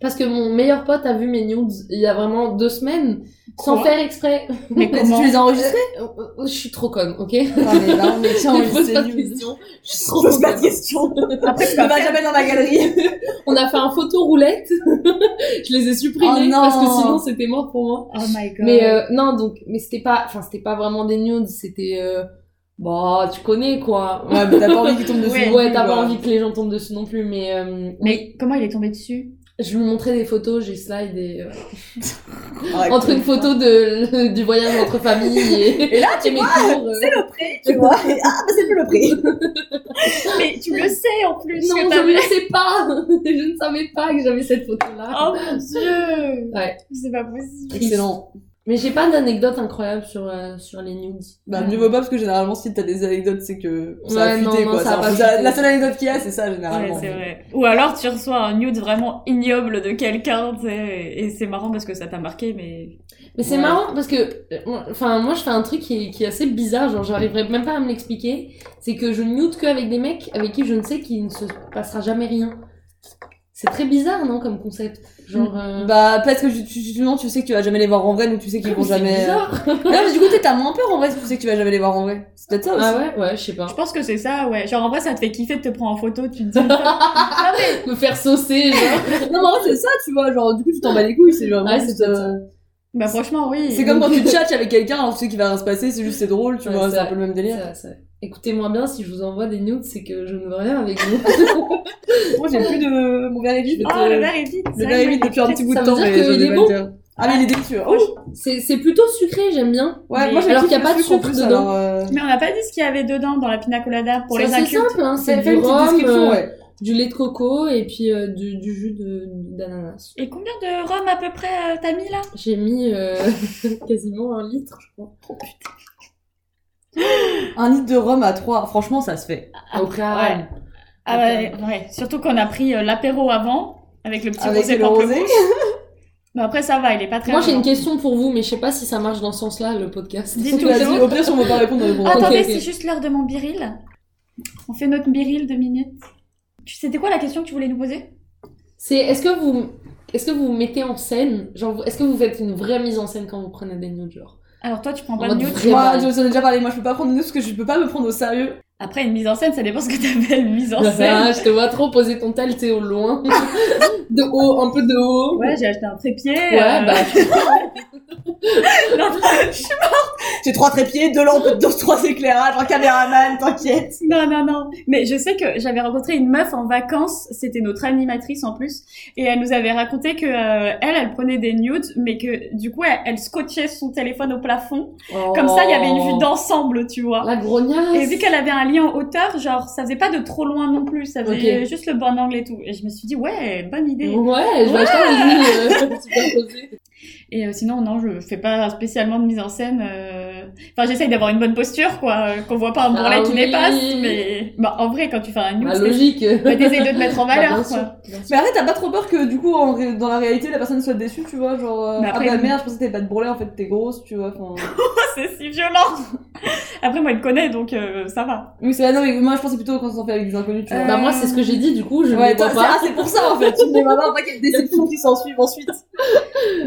Speaker 2: Parce que mon meilleur pote a vu mes nudes il y a vraiment deux semaines, sans
Speaker 1: Quoi
Speaker 2: faire exprès.
Speaker 1: Mais
Speaker 3: Mais si
Speaker 1: comment
Speaker 3: tu les as enregistrés
Speaker 2: Euh, euh, Je suis trop conne, ok
Speaker 3: Ah, mais là, on est tiens, on
Speaker 2: Je pose
Speaker 3: est
Speaker 2: pas de
Speaker 3: news.
Speaker 2: questions. Je suis
Speaker 3: Je
Speaker 2: trop
Speaker 3: pose pas
Speaker 2: conne.
Speaker 3: de questions.
Speaker 1: Après, tu
Speaker 3: Je ne
Speaker 1: vas
Speaker 3: vas
Speaker 1: faire-
Speaker 3: jamais dans ma galerie.
Speaker 2: On a fait un photo roulette. je les ai
Speaker 3: Oh
Speaker 2: supprimés
Speaker 3: non.
Speaker 2: parce que sinon c'était mort pour moi.
Speaker 1: Oh my god.
Speaker 2: Mais euh, non, donc, mais c'était pas, enfin c'était pas vraiment des nudes, c'était, euh, bah tu connais quoi.
Speaker 3: Ouais, bah. mais t'as pas envie qu'ils tombent dessus.
Speaker 1: Ouais.
Speaker 3: non
Speaker 2: Ouais,
Speaker 3: plus,
Speaker 2: t'as pas
Speaker 3: quoi.
Speaker 2: envie que les gens tombent dessus non plus, mais, euh,
Speaker 1: Mais comment il est tombé dessus
Speaker 2: je lui montrais des photos, j'ai slide et, euh,
Speaker 3: Ouais,
Speaker 2: entre
Speaker 3: cool.
Speaker 2: une photo de, du voyage entre famille et,
Speaker 3: Et là, tu
Speaker 2: et mes
Speaker 3: vois,
Speaker 2: cours, euh,
Speaker 3: c'est le prix, tu vois. Et, ah, bah, c'est plus le prix.
Speaker 1: Mais tu le sais en plus
Speaker 2: Non,
Speaker 1: que
Speaker 2: je
Speaker 1: t'as vu.
Speaker 2: ne sais pas. je ne savais pas que j'avais cette photo-là.
Speaker 1: Oh mon dieu
Speaker 2: Ouais.
Speaker 1: C'est pas possible.
Speaker 3: Excellent.
Speaker 2: Mais j'ai pas d'anecdote incroyable sur, euh, sur les nudes.
Speaker 3: Bah, mieux vaut pas, parce que généralement, si t'as des anecdotes, c'est que ça a
Speaker 2: Ouais, non,
Speaker 3: fuité,
Speaker 2: non,
Speaker 3: quoi.
Speaker 2: ça
Speaker 3: C'est
Speaker 2: a
Speaker 3: un
Speaker 2: pas
Speaker 3: peu
Speaker 2: fuité.
Speaker 3: La seule anecdote qu'il y a, c'est ça, généralement.
Speaker 1: Ouais, c'est vrai. Ou alors tu reçois un nude vraiment ignoble de quelqu'un, tu sais, et c'est marrant parce que ça t'a marqué, mais.
Speaker 2: Mais c'est
Speaker 3: Ouais.
Speaker 2: marrant parce que, euh, moi- enfin, moi je fais un truc qui est, qui est assez bizarre, genre j'arriverais même pas à me l'expliquer. C'est que je nude qu'avec des mecs avec qui je ne sais qu'il ne se passera jamais rien. C'est très bizarre, non, comme concept Genre. euh, Ah,
Speaker 3: Bah, parce que tu- tu- justement, tu sais que tu vas jamais les voir en vrai, donc tu sais qu'ils
Speaker 2: mais
Speaker 3: vont
Speaker 2: c'est
Speaker 3: jamais. euh,
Speaker 2: bizarre.
Speaker 3: Non, mais du coup, t'es- t'as moins peur en vrai, si tu sais que tu vas jamais les voir en vrai. C'est peut-être ça aussi.
Speaker 2: Ah ouais, ouais, je sais pas.
Speaker 1: Je pense que c'est ça, ouais. Genre en vrai, ça te fait kiffer de te prendre en photo, tu te dis. Ah, mais-
Speaker 2: Me faire saucer, genre.
Speaker 3: Non, mais en vrai, c'est ça, tu vois. Genre, du coup, tu t'en bats les couilles, c'est vraiment
Speaker 2: Ouais, c'est
Speaker 3: juste,
Speaker 2: peut-être
Speaker 3: euh,
Speaker 1: Bah franchement, oui.
Speaker 3: C'est comme quand tu tchatches avec quelqu'un, alors tu sais qu'il va rien se passer, c'est juste, c'est drôle, tu
Speaker 2: Ouais,
Speaker 3: vois,
Speaker 2: c'est
Speaker 3: c'est un
Speaker 2: vrai.
Speaker 3: peu le même délire.
Speaker 2: Ça- ça- Écoutez-moi bien, si je vous envoie des nudes, c'est que je ne veux rien avec vous.
Speaker 3: Moi, j'ai plus de. Mon verre est vide.
Speaker 1: Oh, le verre est vide.
Speaker 3: Ah, Le verre est vide depuis un petit bout de
Speaker 2: Ça
Speaker 3: temps,
Speaker 2: veut dire
Speaker 3: mais
Speaker 2: qu'il
Speaker 3: j'en ai
Speaker 2: est
Speaker 3: pas
Speaker 2: bon.
Speaker 3: le cœur. Ah, mais il est délicieux. Oh,
Speaker 2: C'est c'est plutôt sucré, j'aime bien.
Speaker 3: Ouais,
Speaker 1: Mais-
Speaker 3: moi, je
Speaker 2: alors
Speaker 3: kiffe
Speaker 2: qu'il y a
Speaker 3: le
Speaker 2: pas de sucre
Speaker 3: en plus,
Speaker 2: dedans.
Speaker 3: alors, euh,
Speaker 1: Mais on n'a pas dit ce qu'il y avait dedans dans la pina colada pour
Speaker 2: C'est
Speaker 1: les
Speaker 2: assez
Speaker 1: incultes.
Speaker 2: simple, hein, c'est
Speaker 3: Fais fais
Speaker 2: du
Speaker 3: une petite
Speaker 2: rhum,
Speaker 3: description,
Speaker 2: euh,
Speaker 3: ouais.
Speaker 2: du lait de coco et puis euh, du, du jus de- d'ananas.
Speaker 1: Et combien de rhum à peu près euh, t'as mis là
Speaker 2: J'ai mis euh, quasiment un litre, je crois.
Speaker 3: Un litre de rhum à 3, franchement, ça se fait.
Speaker 2: Au préalable.
Speaker 1: Ah ouais, ouais. Surtout qu'on a pris euh, l'apéro avant avec le petit
Speaker 3: Avec
Speaker 1: rosé
Speaker 3: le rosé.
Speaker 1: pamplemousse. Mais après ça va, il est pas très hein.
Speaker 2: Moi j'ai
Speaker 1: bon.
Speaker 2: une question pour vous, mais je sais pas si ça marche dans ce sens-là, le podcast.
Speaker 1: Dis
Speaker 3: Surtout
Speaker 1: tout,
Speaker 3: que,
Speaker 1: Joe.
Speaker 3: vas-y, Au pire, si on veut pas répondre, on répondra.
Speaker 2: Ah,
Speaker 1: Attendez,
Speaker 2: ok, ok.
Speaker 1: c'est juste l'heure de mon biril. On fait notre biril deux minutes. Tu c'était quoi la question que tu voulais nous poser
Speaker 2: C'est est-ce que vous est-ce que vous vous mettez en scène, genre vous- est-ce que vous faites une vraie mise en scène quand vous prenez des nudes, genre
Speaker 1: Alors toi, tu prends
Speaker 2: En
Speaker 1: pas de
Speaker 2: mode
Speaker 1: nude.
Speaker 2: vrai.
Speaker 3: Moi, j'en ai déjà parlé, moi, je peux pas prendre une news parce que je peux pas me prendre au sérieux.
Speaker 1: Après une mise en scène, ça dépend ce que t'appelles une mise en scène.
Speaker 2: Ah, je te vois trop poser ton tel, t'es au loin, de haut, un peu de haut.
Speaker 1: Ouais, j'ai acheté un trépied. euh.
Speaker 2: Ouais, bah,
Speaker 3: J'ai trois trépieds, deux lampes, deux, trois éclairages, un caméraman, t'inquiète.
Speaker 1: Non, non, non. Mais je sais que j'avais rencontré une meuf en vacances. C'était notre animatrice en plus, et elle nous avait raconté que euh, elle, elle prenait des nudes, mais que du coup, elle, elle scotchait son téléphone au plafond. Comme ça, il y avait une
Speaker 2: Oh.
Speaker 1: vue d'ensemble, tu vois.
Speaker 2: La grognasse.
Speaker 1: Et vu qu'elle avait un lit en hauteur, genre ça faisait pas de trop loin non plus, ça faisait juste le bon angle et tout. Et je me suis dit ouais, bonne idée.
Speaker 2: Ouais, je vais acheter un lit euh, superposé.
Speaker 1: Et euh, sinon non, je fais pas spécialement de mise en scène. euh, Enfin j'essaye d'avoir une bonne posture quoi, euh, qu'on voit pas un bourrelet
Speaker 2: Ah
Speaker 1: qui
Speaker 2: oui.
Speaker 1: dépasse. Mais bah en vrai quand tu fais un nude,
Speaker 2: Ma
Speaker 1: c'est-
Speaker 2: logique.
Speaker 1: bah, t'essayes de te mettre en
Speaker 2: Bah,
Speaker 1: valeur
Speaker 2: bien sûr,
Speaker 1: quoi.
Speaker 2: bien sûr.
Speaker 3: Mais arrête, t'as pas trop peur que du coup, en ré- dans la réalité, la personne soit déçue, tu vois, genre, euh,
Speaker 1: Mais après,
Speaker 3: ah bah
Speaker 1: oui.
Speaker 3: merde, je pensais que t'avais pas de brûler, en fait, t'es grosse, tu vois, enfin.
Speaker 1: Oh, c'est si violent. Après, moi, il me connaît, donc euh, ça va.
Speaker 3: Oui, c'est ah non, mais moi je pensais plutôt qu'on s'en fait avec des inconnus, tu vois.
Speaker 1: Euh,
Speaker 2: Bah moi c'est ce que j'ai dit du coup, je ne
Speaker 3: ouais,
Speaker 2: les vois
Speaker 3: toi, c'est
Speaker 2: pas.
Speaker 3: ah, c'est pour ça en fait. Tu me dis, maman, pas quelle déception qui s'en suivent ensuite.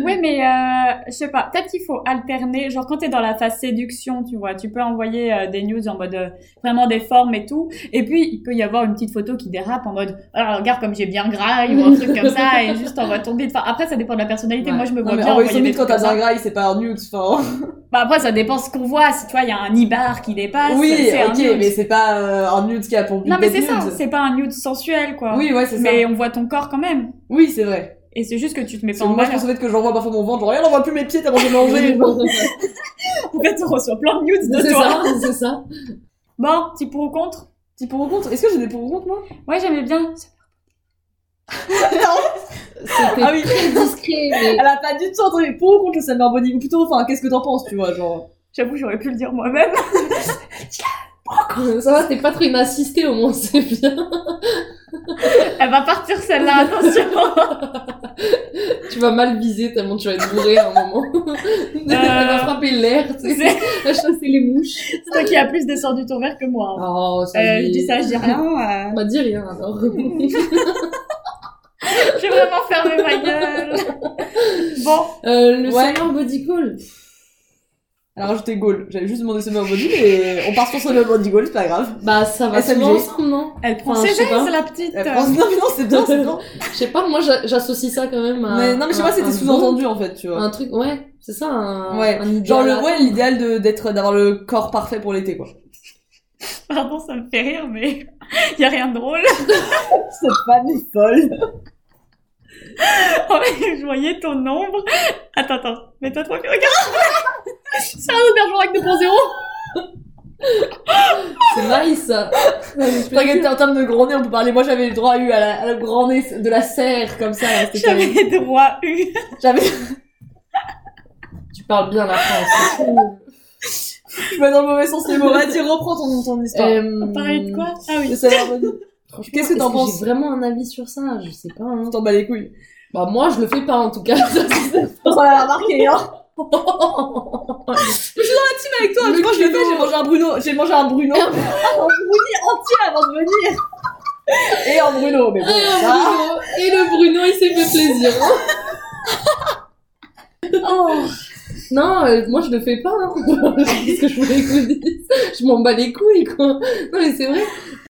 Speaker 1: Ouais, mais euh, je sais pas. Peut-être qu'il faut alterner. Genre, quand t'es dans la phase séduction, tu vois, tu peux envoyer euh, des news en mode euh, vraiment des formes et tout. Et puis, il peut y avoir une petite photo qui dérape en mode ah, regarde comme j'ai bien graille ou un truc comme ça et juste t'envoies ton bide. Enfin, après, ça dépend de la personnalité.
Speaker 2: Ouais.
Speaker 1: Moi, je me vois
Speaker 3: Non, mais
Speaker 1: bien
Speaker 3: envoyer
Speaker 1: envoyer
Speaker 3: son
Speaker 1: des
Speaker 3: mythe quand
Speaker 1: trucs
Speaker 3: t'as
Speaker 1: comme ça.
Speaker 3: un grail, c'est pas un nude. Enfin,
Speaker 1: Bah, après, ça dépend ce qu'on voit. Si tu vois, il y a un ibar qui dépasse.
Speaker 3: oui,
Speaker 1: Ah, c'est un
Speaker 3: ok,
Speaker 1: nude.
Speaker 3: mais c'est pas euh, un nude qui a pour but
Speaker 1: Non, mais
Speaker 3: d'être
Speaker 1: c'est ça.
Speaker 3: nude.
Speaker 1: C'est pas un nude sensuel, quoi.
Speaker 3: Oui, ouais, c'est ça.
Speaker 1: mais on voit ton corps quand même.
Speaker 3: Oui, c'est vrai.
Speaker 1: Et c'est juste que tu te mets
Speaker 3: Parce
Speaker 1: pas
Speaker 3: que
Speaker 1: en
Speaker 3: moi, je
Speaker 1: valeur.
Speaker 3: pense au fait que j'envoie parfois mon ventre, genre, regarde, on voit plus mes pieds, t'as mangé manger.
Speaker 1: En fait, on reçoit plein de nudes de
Speaker 2: c'est
Speaker 1: toi.
Speaker 2: ça, c'est ça.
Speaker 1: Bon, petit pour ou contre
Speaker 3: Petit pour ou contre Est-ce que j'ai des pour ou contre, moi
Speaker 1: Ouais, j'aimais bien.
Speaker 2: C'était
Speaker 3: Ah oui.
Speaker 2: très discret, mais
Speaker 3: Elle a pas du tout entendu pour ou contre le summer body. Ou plutôt, enfin, qu'est-ce que t'en penses, tu vois, genre.
Speaker 1: J'avoue, j'aurais pu le dire moi-même.
Speaker 2: ça va, t'es pas trop inassisté au moins, c'est bien.
Speaker 1: Elle va partir celle-là, attention.
Speaker 2: Tu vas mal viser tellement tu vas être bourré à un moment. Elle
Speaker 3: Euh,
Speaker 2: va frapper l'air, tu sais,
Speaker 1: C'est
Speaker 2: à chasser les mouches.
Speaker 1: c'est toi qui as plus descendu ton verre que moi. hein.
Speaker 2: Oh, ça
Speaker 1: Euh,
Speaker 2: y est.
Speaker 1: je dis ça, je dis rien.
Speaker 2: On m'a dit rien alors. Euh,
Speaker 1: Je vais vraiment fermer ma gueule. Bon,
Speaker 2: Euh, le
Speaker 3: Ouais.
Speaker 2: summer body call.
Speaker 3: Alors, j'étais goal. J'avais juste demandé summer body, mais on part sur summer body goal, c'est pas grave.
Speaker 2: Bah ça va
Speaker 3: SMG.
Speaker 2: souvent ensemble, non
Speaker 1: elle prend
Speaker 2: Enfin, je
Speaker 1: ses
Speaker 2: sais
Speaker 1: aises,
Speaker 2: pas.
Speaker 1: la petite.
Speaker 3: Elle pense, non, mais non, c'est bien, c'est bien.
Speaker 2: Je sais pas, moi j'a- j'associe ça quand même à.
Speaker 3: Mais non, mais je sais
Speaker 2: à-
Speaker 3: pas, c'était
Speaker 2: un
Speaker 3: sous-entendu, en fait, tu
Speaker 2: bon-
Speaker 3: vois.
Speaker 2: Un truc, ouais, c'est ça, un,
Speaker 3: Ouais.
Speaker 2: un idéal.
Speaker 3: Genre, le, ouais, l'idéal de, d'être, d'avoir le corps parfait pour l'été, quoi.
Speaker 1: Pardon, ça me fait rire, mais y a rien de drôle.
Speaker 3: C'est pas des folles.
Speaker 1: En fait, je voyais ton ombre. Attends, attends. Mets-toi tranquille. Regarde. C'est un auberge de 2.0.
Speaker 2: C'est nice ça.
Speaker 3: T'inquiète, en termes de grand nez, on peut parler. Moi, j'avais le droit à eu à la, à le grand nez de la serre, comme ça, là, c'était terrible.
Speaker 1: J'avais droit eu.
Speaker 3: J'avais,
Speaker 2: Tu parles bien la France.
Speaker 3: je mets dans le mauvais sens les mots. Vas-y, reprends ton, ton histoire.
Speaker 2: euh,
Speaker 1: Pareil de quoi Ah oui.
Speaker 3: Le summer body.
Speaker 2: franchement,
Speaker 3: Qu'est-ce que t'en
Speaker 2: est-ce
Speaker 3: penses
Speaker 2: J'ai vraiment un avis sur ça, je sais pas. hein.
Speaker 3: On t'en bat les couilles.
Speaker 2: Bah moi je le fais pas en tout cas.
Speaker 3: On l'a remarqué, hein.
Speaker 2: Putain,
Speaker 3: Mais avec toi, quand je l'ai fait, j'ai mangé un Bruno. J'ai mangé un Bruno. un Bruni entier avant de venir. Et un Bruno, mais bon, ça.
Speaker 2: Et le Bruno, il s'est fait plaisir. hein.
Speaker 1: Oh.
Speaker 2: Non, euh, moi je le fais pas. Hein. Qu'est-ce que je voulais que vous dise Je m'en bats les couilles quoi. Non mais c'est vrai.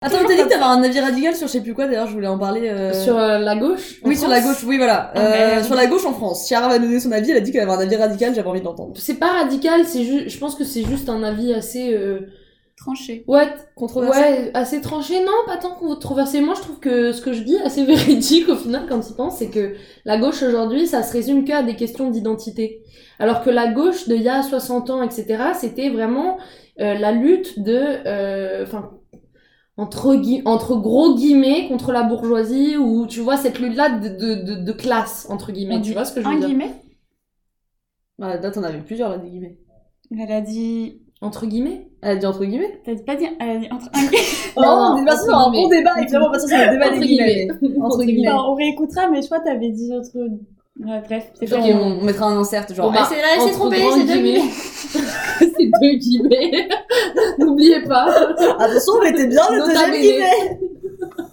Speaker 3: Attends, t'as dit que t'avais un avis radical sur je sais plus quoi d'ailleurs, je voulais en parler. euh,
Speaker 2: Sur euh, la gauche. en
Speaker 3: Oui, sur la
Speaker 2: France,
Speaker 3: gauche, oui, voilà.
Speaker 1: Ah,
Speaker 3: Euh,
Speaker 1: merde.
Speaker 3: sur la gauche en France. Chiara va donner son avis, elle a dit qu'elle avait un avis radical, j'avais envie de l'entendre.
Speaker 2: C'est pas radical, c'est ju- je pense que c'est juste un avis assez euh,
Speaker 1: Tranché.
Speaker 2: ouais,
Speaker 3: Controversé.
Speaker 2: ouais, assez tranché. Non, pas tant controversé. Moi, je trouve que ce que je dis assez véridique au final quand tu y penses, c'est que la gauche aujourd'hui, ça se résume qu'à des questions d'identité. Alors que la gauche de il y a 60 ans, etc., c'était vraiment euh, la lutte de euh, enfin entre, gui- entre gros guillemets contre la bourgeoisie ou tu vois cette lutte là de, de, de, de classe entre guillemets
Speaker 1: On
Speaker 2: tu
Speaker 1: dit
Speaker 2: vois ce que je veux
Speaker 1: Un
Speaker 2: dire
Speaker 1: guillemet
Speaker 3: Ouais, Bah, là, t'en avais plusieurs, là, des guillemets.
Speaker 1: Elle a dit.
Speaker 2: entre guillemets
Speaker 3: Elle a dit Ah, entre guillemets.
Speaker 1: T'as pas dit. Elle a dit entre un guillemet.
Speaker 3: Non, on est passé
Speaker 2: entre
Speaker 3: sur un bon
Speaker 2: guillemets.
Speaker 3: débat, évidemment, on est passé sur le débat des
Speaker 2: Entre
Speaker 3: guillemets. Entre guillemets.
Speaker 1: Non, bah, on réécoutera, mais je crois que t'avais dit autre. Ouais, bref, c'est
Speaker 3: Ok,
Speaker 1: pas
Speaker 3: on, on mettra un insert, genre.
Speaker 2: Bon, bah,
Speaker 3: eh, c'est là, elle s'est
Speaker 2: entre
Speaker 3: trompée,
Speaker 2: grands
Speaker 3: c'est deux
Speaker 2: guillemets.
Speaker 3: guillemets.
Speaker 2: c'est deux guillemets. N'oubliez pas.
Speaker 3: Attention, on était bien le
Speaker 2: Nota
Speaker 3: deuxième
Speaker 2: bene.
Speaker 3: guillet.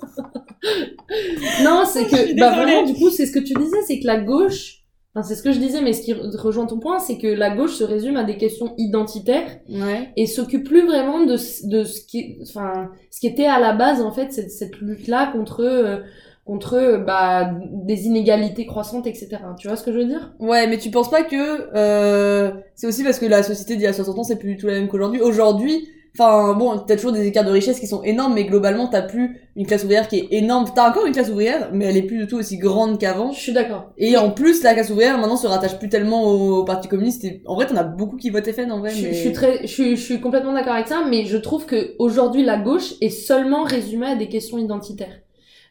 Speaker 2: Non, c'est
Speaker 1: Je suis
Speaker 2: que, bah
Speaker 1: désolée.
Speaker 2: vraiment, du coup, c'est ce que tu disais, c'est que la gauche, enfin, c'est ce que je disais, mais ce qui re- rejoint ton point, c'est que la gauche se résume à des questions identitaires
Speaker 3: Ouais.
Speaker 2: et s'occupe plus vraiment de, ce- de ce qui, enfin, ce qui était à la base, en fait, cette, cette lutte-là contre, euh, contre, euh, bah, des inégalités croissantes, etc. Tu vois ce que je veux dire?
Speaker 3: Ouais, mais tu penses pas que euh, c'est aussi parce que la société d'il y a 60 ans, c'est plus du tout la même qu'aujourd'hui. Aujourd'hui, enfin bon, t'as toujours des écarts de richesse qui sont énormes, mais globalement, t'as plus une classe ouvrière qui est énorme. T'as encore une classe ouvrière, mais elle est plus du tout aussi grande qu'avant.
Speaker 2: Je suis d'accord.
Speaker 3: Et en plus, la classe ouvrière maintenant se rattache plus tellement au Parti communiste. Et... En vrai, t'en as beaucoup qui votent FN en vrai.
Speaker 2: Je, suis-
Speaker 3: mais...
Speaker 2: je suis très, je, suis- je suis complètement d'accord avec ça, mais je trouve que aujourd'hui la gauche est seulement résumée à des questions identitaires,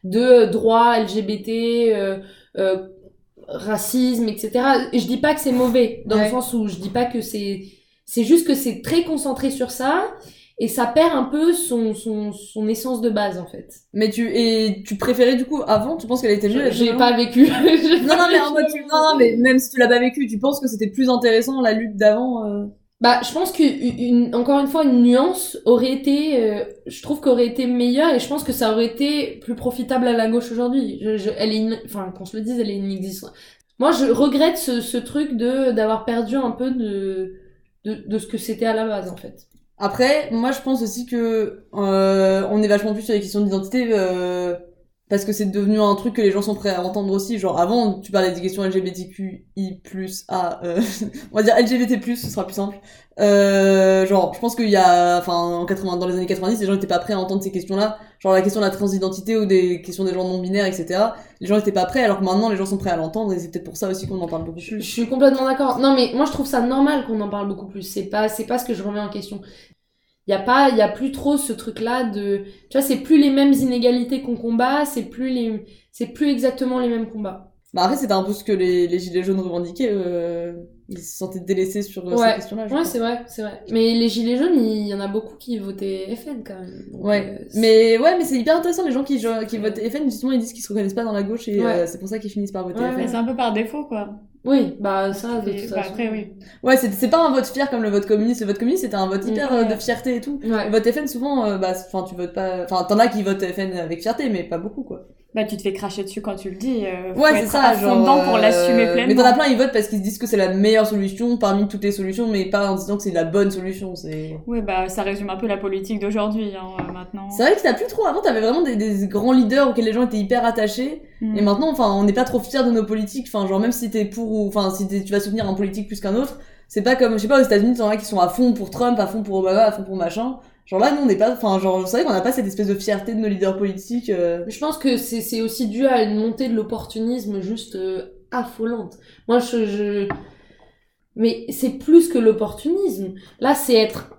Speaker 2: de euh, droits LGBT, euh, euh, racisme, etc. Et je dis pas que c'est mauvais, dans
Speaker 3: Ouais.
Speaker 2: le sens où je dis pas que c'est, c'est juste que c'est très concentré sur ça et ça perd un peu son son, son essence de base en fait.
Speaker 3: Mais tu et tu préférais du coup avant Tu penses qu'elle était mieux la
Speaker 2: J'ai
Speaker 3: version
Speaker 2: pas vécu. J'ai
Speaker 3: Non,
Speaker 2: pas
Speaker 3: non, mais en
Speaker 2: vécu.
Speaker 3: mode, tu- non, non, mais même si tu l'as pas vécu, tu penses que c'était plus intéressant la lutte d'avant euh,
Speaker 2: Bah, je pense que une- encore une fois une nuance aurait été, euh, je trouve qu'aurait été meilleure et je pense que ça aurait été plus profitable à la gauche aujourd'hui. Je, je- elle est, une- enfin qu'on se le dise, elle est inexistante. Moi, je regrette ce, ce truc de d'avoir perdu un peu de de, de ce que c'était à la base en fait.
Speaker 3: Après, moi je pense aussi que euh, on est vachement plus sur les questions d'identité euh, parce que c'est devenu un truc que les gens sont prêts à entendre aussi. Genre avant, tu parlais des questions LGBTQI plus A, euh, on va dire LGBT plus, ce sera plus simple. Euh, genre, je pense qu'il y a, enfin, en 80, dans les années 90, les gens n'étaient pas prêts à entendre ces questions-là. Genre la question de la transidentité ou des questions des gens non binaires, etc. Les gens n'étaient pas prêts, alors que maintenant les gens sont prêts à l'entendre et c'est peut-être pour ça aussi qu'on en parle beaucoup
Speaker 2: Je, je
Speaker 3: plus.
Speaker 2: suis complètement d'accord. Non, mais moi je trouve ça normal qu'on en parle beaucoup plus. C'est pas, c'est pas ce que je remets en question. Il y a pas, il y a plus trop ce truc-là de, tu vois, c'est plus les mêmes inégalités qu'on combat, c'est plus les, c'est plus exactement les mêmes combats.
Speaker 3: Bah après, c'était un peu ce que les, les gilets jaunes revendiquaient. Euh, ils se sentaient délaissés sur euh,
Speaker 2: Ouais.
Speaker 3: ces questions-là. je
Speaker 2: Ouais,
Speaker 3: pense.
Speaker 2: c'est vrai, c'est vrai. Mais les gilets jaunes, il y en a beaucoup qui votaient FN quand même. Donc,
Speaker 3: Ouais,
Speaker 2: euh, c'est-
Speaker 3: mais ouais, mais c'est hyper intéressant les gens qui, jo- qui votent FN justement ils disent qu'ils se reconnaissent pas dans la gauche et
Speaker 2: Ouais.
Speaker 3: euh, c'est pour ça qu'ils finissent par voter
Speaker 2: Ouais,
Speaker 3: FN.
Speaker 1: Mais
Speaker 3: Ouais,
Speaker 1: C'est un peu par défaut, quoi.
Speaker 2: Oui, bah
Speaker 3: Ah,
Speaker 2: ça, de
Speaker 1: Et-
Speaker 2: toute
Speaker 1: bah,
Speaker 2: façon.
Speaker 1: après, oui.
Speaker 3: c'est c'est pas un vote fier comme le vote communiste. Le vote communiste c'était un vote hyper
Speaker 1: Ouais.
Speaker 3: euh, de fierté et tout.
Speaker 2: Ouais.
Speaker 3: Le vote FN souvent, euh, bah enfin tu votes pas, enfin t'en as qui votent FN avec fierté mais pas beaucoup quoi.
Speaker 1: Bah, tu te fais cracher dessus quand tu le dis. euh, faut
Speaker 3: Ouais c'est
Speaker 1: être
Speaker 3: ça.
Speaker 1: à fond
Speaker 3: genre,
Speaker 1: dedans pour
Speaker 3: euh,
Speaker 1: l'assumer
Speaker 3: Mais t'en
Speaker 1: pleinement.
Speaker 3: as plein ils votent parce qu'ils se disent que c'est la meilleure solution parmi toutes les solutions mais pas en disant que c'est la bonne solution. C'est
Speaker 1: Oui, bah, ça résume un peu la politique d'aujourd'hui, hein, euh, maintenant.
Speaker 3: c'est vrai que t'as plus trop. Avant t'avais vraiment des, des grands leaders auxquels les gens étaient hyper attachés.
Speaker 1: Mm.
Speaker 3: Et maintenant, enfin, on n'est pas trop fiers de nos politiques. Enfin, genre même si t'es pour ou enfin si t'es- tu vas soutenir un politique plus qu'un autre, c'est pas comme je sais pas aux États-Unis, t'en as qui sont à fond pour Trump, à fond pour Obama, à fond pour machin. Genre là, nous on n'est pas. Enfin, genre c'est vrai qu'on n'a pas cette espèce de fierté de nos leaders politiques. euh.
Speaker 2: Je pense que c'est c'est aussi dû à une montée de l'opportunisme juste euh, affolante. Moi, je, je... Mais c'est plus que l'opportunisme. Là, c'est être...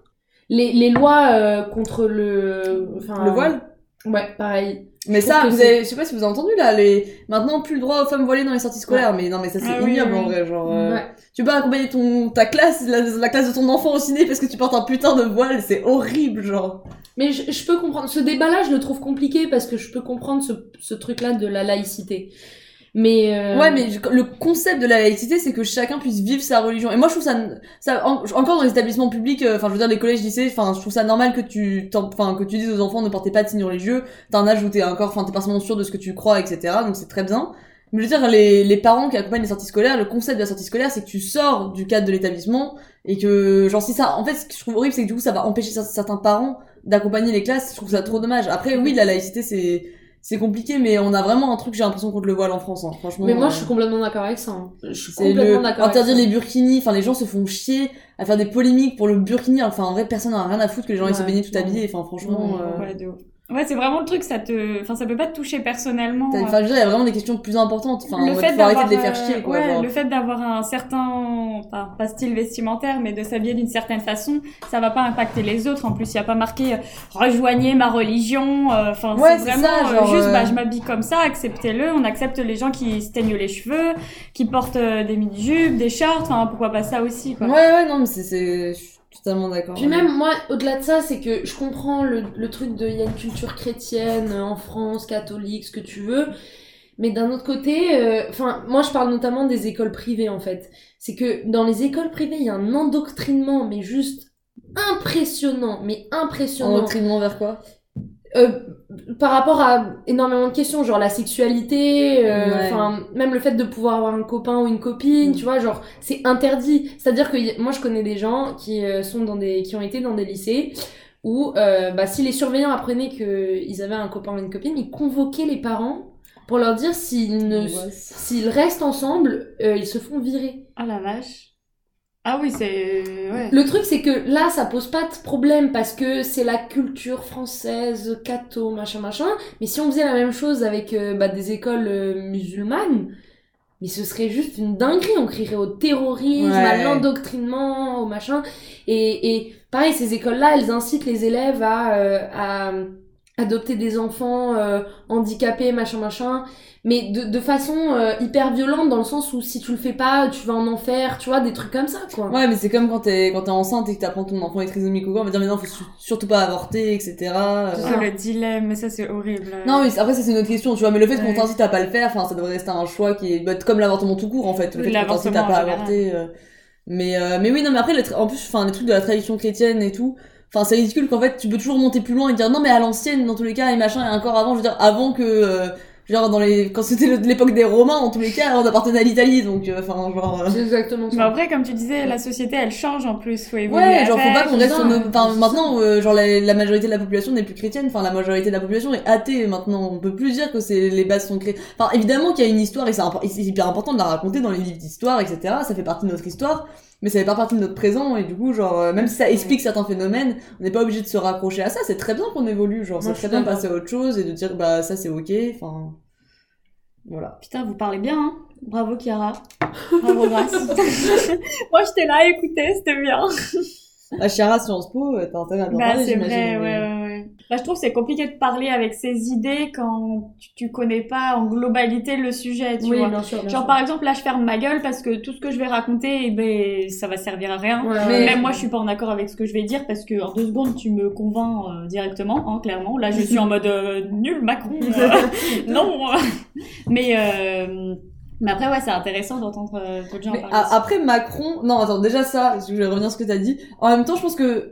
Speaker 2: Les, les lois euh, contre le... enfin,
Speaker 3: Le voile.
Speaker 2: Ouais, pareil.
Speaker 3: Mais
Speaker 2: trouve
Speaker 3: ça,
Speaker 2: que
Speaker 3: vous
Speaker 2: c'est-
Speaker 3: avez, je sais pas si vous avez entendu là, les maintenant plus le droit aux femmes voilées dans les sorties scolaires. Mais non, mais ça c'est
Speaker 1: Ah oui,
Speaker 3: ignoble
Speaker 1: oui,
Speaker 3: en
Speaker 1: oui.
Speaker 3: vrai. Genre, euh,
Speaker 2: Ouais.
Speaker 3: tu peux pas accompagner ton ta classe, la, la classe de ton enfant au ciné parce que tu portes un putain de voile, c'est horrible, genre.
Speaker 2: Mais je, je peux comprendre. Ce débat-là, je le trouve compliqué parce que je peux comprendre ce, ce truc-là de la laïcité. Mais... euh,
Speaker 3: Ouais, mais je- le concept de la laïcité, c'est que chacun puisse vivre sa religion. Et moi, je trouve ça, ça en- encore dans les établissements publics, euh, enfin, je veux dire, les collèges, lycées, enfin, je trouve ça normal que tu, t'en- enfin, que tu dises aux enfants ne portez pas de signes religieux. T'as un âge où t'es encore, enfin, t'es pas forcément sûr de ce que tu crois, etc. Donc c'est très bien. Mais je veux dire, les, les parents qui accompagnent les sorties scolaires, le concept de la sortie scolaire, c'est que tu sors du cadre de l'établissement et que, genre, si ça, en fait, ce que je trouve horrible, c'est que du coup, ça va empêcher cer- certains parents d'accompagner les classes. Je trouve ça trop dommage. Après, oui, la laïcité, c'est, c'est compliqué, mais on a vraiment un truc, j'ai l'impression qu'on te le voile en France, hein. franchement.
Speaker 2: Mais moi,
Speaker 3: euh,
Speaker 2: je suis complètement d'accord avec ça. hein. Je suis
Speaker 3: c'est
Speaker 2: complètement
Speaker 3: le
Speaker 2: d'accord. avec
Speaker 3: interdire
Speaker 2: ça.
Speaker 3: les burkinis, enfin les gens se font chier à faire des polémiques pour le burkini, enfin en vrai personne n'a rien à foutre que les gens ils se
Speaker 2: Ouais,
Speaker 3: baignent tout
Speaker 2: non.
Speaker 3: habillés, enfin franchement
Speaker 2: Non,
Speaker 3: euh,
Speaker 1: Ouais, de ouf. Ouais, c'est vraiment le truc, ça te. Enfin, ça peut pas te toucher personnellement.
Speaker 3: t'as-
Speaker 1: euh,
Speaker 3: enfin je veux dire, il y a vraiment des questions plus importantes, enfin
Speaker 1: le
Speaker 3: on
Speaker 1: fait
Speaker 3: faut arrêter
Speaker 1: d'avoir
Speaker 3: de les faire
Speaker 1: euh,
Speaker 3: chier quoi.
Speaker 1: ouais,
Speaker 3: genre.
Speaker 1: le fait d'avoir un certain pas, pas style vestimentaire mais de s'habiller d'une certaine façon ça va pas impacter les autres en plus il y a pas marqué euh, rejoignez ma religion euh, enfin
Speaker 3: Ouais,
Speaker 1: c'est
Speaker 3: c'est
Speaker 1: vraiment
Speaker 3: ça,
Speaker 1: euh,
Speaker 3: genre,
Speaker 1: juste
Speaker 3: euh,
Speaker 1: bah je m'habille comme ça acceptez-le on accepte les gens qui se teignent les cheveux qui portent euh, des mini jupes des shorts enfin pourquoi pas ça aussi quoi
Speaker 3: Ouais ouais non mais c'est c'est je suis totalement d'accord.
Speaker 2: Puis
Speaker 3: ouais.
Speaker 2: même, moi, au-delà de ça, c'est que je comprends le, le truc de il y a une culture chrétienne euh, en France, catholique, ce que tu veux. Mais d'un autre côté, euh, enfin, moi je parle notamment des écoles privées en fait. C'est que dans les écoles privées, il y a un endoctrinement, mais juste impressionnant, mais impressionnant.
Speaker 3: Endoctrinement vers quoi
Speaker 2: Euh, par rapport à énormément de questions, genre la sexualité, euh,
Speaker 3: Ouais.
Speaker 2: enfin même le fait de pouvoir avoir un copain ou une copine, tu vois, genre c'est interdit. C'est-à-dire que y- moi je connais des gens qui euh, sont dans des, qui ont été dans des lycées où euh, bah, si les surveillants apprenaient qu'ils avaient un copain ou une copine, ils convoquaient les parents pour leur dire s'ils ne,
Speaker 3: Angoisse.
Speaker 2: s'ils restent ensemble, euh, ils se font virer.
Speaker 1: ah la vache ah oui c'est ouais.
Speaker 2: Le truc, c'est que là, ça pose pas de problème parce que c'est la culture française, catho, machin, machin. Mais si on faisait la même chose avec euh, bah, des écoles euh, musulmanes, mais ce serait juste une dinguerie. On crierait au terrorisme,
Speaker 3: Ouais.
Speaker 2: à l'endoctrinement, au machin. Et, et pareil, ces écoles-là, elles incitent les élèves à, euh, à adopter des enfants euh, handicapés, machin, machin. Mais de, de façon euh, hyper violente, dans le sens où si tu le fais pas, tu vas en enfer, tu vois, des trucs comme ça, quoi.
Speaker 3: Ouais mais c'est comme quand t'es quand t'es enceinte et que t'apprends que ton enfant est trisomique ou quoi, on va dire mais non faut su- surtout pas avorter, etc. euh.
Speaker 1: Oh, le dilemme mais ça c'est horrible
Speaker 3: Non, mais après, ça c'est une autre question, tu vois. Mais le fait qu'on
Speaker 1: Ouais.
Speaker 3: t'incite à pas le faire, enfin, ça devrait rester un choix qui est bah, comme l'avortement tout court en fait. Le
Speaker 1: Oui,
Speaker 3: fait qu'on t'incite à
Speaker 1: l'avortement en
Speaker 3: pas
Speaker 1: général.
Speaker 3: avorter. euh, Mais, euh, mais oui, non, mais après, les tra- en plus, enfin, les trucs de la tradition chrétienne et tout, enfin, c'est ridicule qu'en fait, tu peux toujours monter plus loin et dire non, mais à l'ancienne, dans tous les cas, et machin, et encore avant, je veux dire, avant que, euh, genre, dans les, quand c'était le- l'époque des Romains, en tous les cas, on appartenait à l'Italie, donc, euh, enfin, genre. euh,
Speaker 2: C'est exactement
Speaker 1: Mais
Speaker 2: ça.
Speaker 1: en vrai, comme tu disais, la société, elle change en plus. Faut évoluer
Speaker 3: Ouais, genre, faut pas
Speaker 1: avec.
Speaker 3: qu'on reste sur nos-
Speaker 1: hein,
Speaker 2: non,
Speaker 3: enfin,
Speaker 2: c'est
Speaker 3: maintenant, euh, genre, la, la majorité de la population n'est plus chrétienne, enfin, la majorité de la population est athée, maintenant, on peut plus dire que c'est, les bases sont chrétiennes. Enfin, évidemment qu'il y a une histoire, et c'est impor- et c'est hyper important de la raconter dans les livres d'histoire, etc., ça fait partie de notre histoire, mais ça fait pas partie de notre présent, et du coup, genre, euh, même si ça explique certains phénomènes, on n'est pas obligé de se raccrocher à ça, c'est très bien qu'on évolue,
Speaker 2: Moi,
Speaker 3: genre,
Speaker 2: je
Speaker 3: c'est
Speaker 2: suis
Speaker 3: très bien de
Speaker 2: d'accord.
Speaker 3: passer à autre chose, et de dire, bah, ça c'est ok, enfin, voilà.
Speaker 1: Putain, vous parlez bien, hein Bravo, Chiara. Bravo, Grace. Moi, j'étais là, écoutez, c'était bien.
Speaker 3: La Ah, Chiara Sciences Po, euh, t'as intérêt à t'en
Speaker 1: Bah,
Speaker 3: parler,
Speaker 1: c'est
Speaker 3: j'imagine.
Speaker 1: vrai, ouais,
Speaker 3: mais-
Speaker 1: ouais, ouais. Bah, je trouve que c'est compliqué de parler avec ces idées quand tu, tu connais pas en globalité le sujet, tu
Speaker 2: Oui,
Speaker 1: vois.
Speaker 2: bien sûr. bien
Speaker 1: Genre,
Speaker 2: sûr.
Speaker 1: par exemple, là, je ferme ma gueule parce que tout ce que je vais raconter, eh ben, ça va servir à rien.
Speaker 2: Ouais,
Speaker 3: Mais-
Speaker 2: ouais.
Speaker 1: Même moi, je suis pas en accord avec ce que je vais dire parce que en deux secondes, tu me convaincs euh, directement, hein, clairement. Là, je suis en mode euh, nul Macron. euh, non. mais euh, mais après, ouais, c'est intéressant d'entendre euh, d'autres gens
Speaker 3: Mais ah,
Speaker 1: parler.
Speaker 3: a- après Macron, non attends déjà ça, parce que je vais revenir sur ce que t'as dit. En même temps, je pense que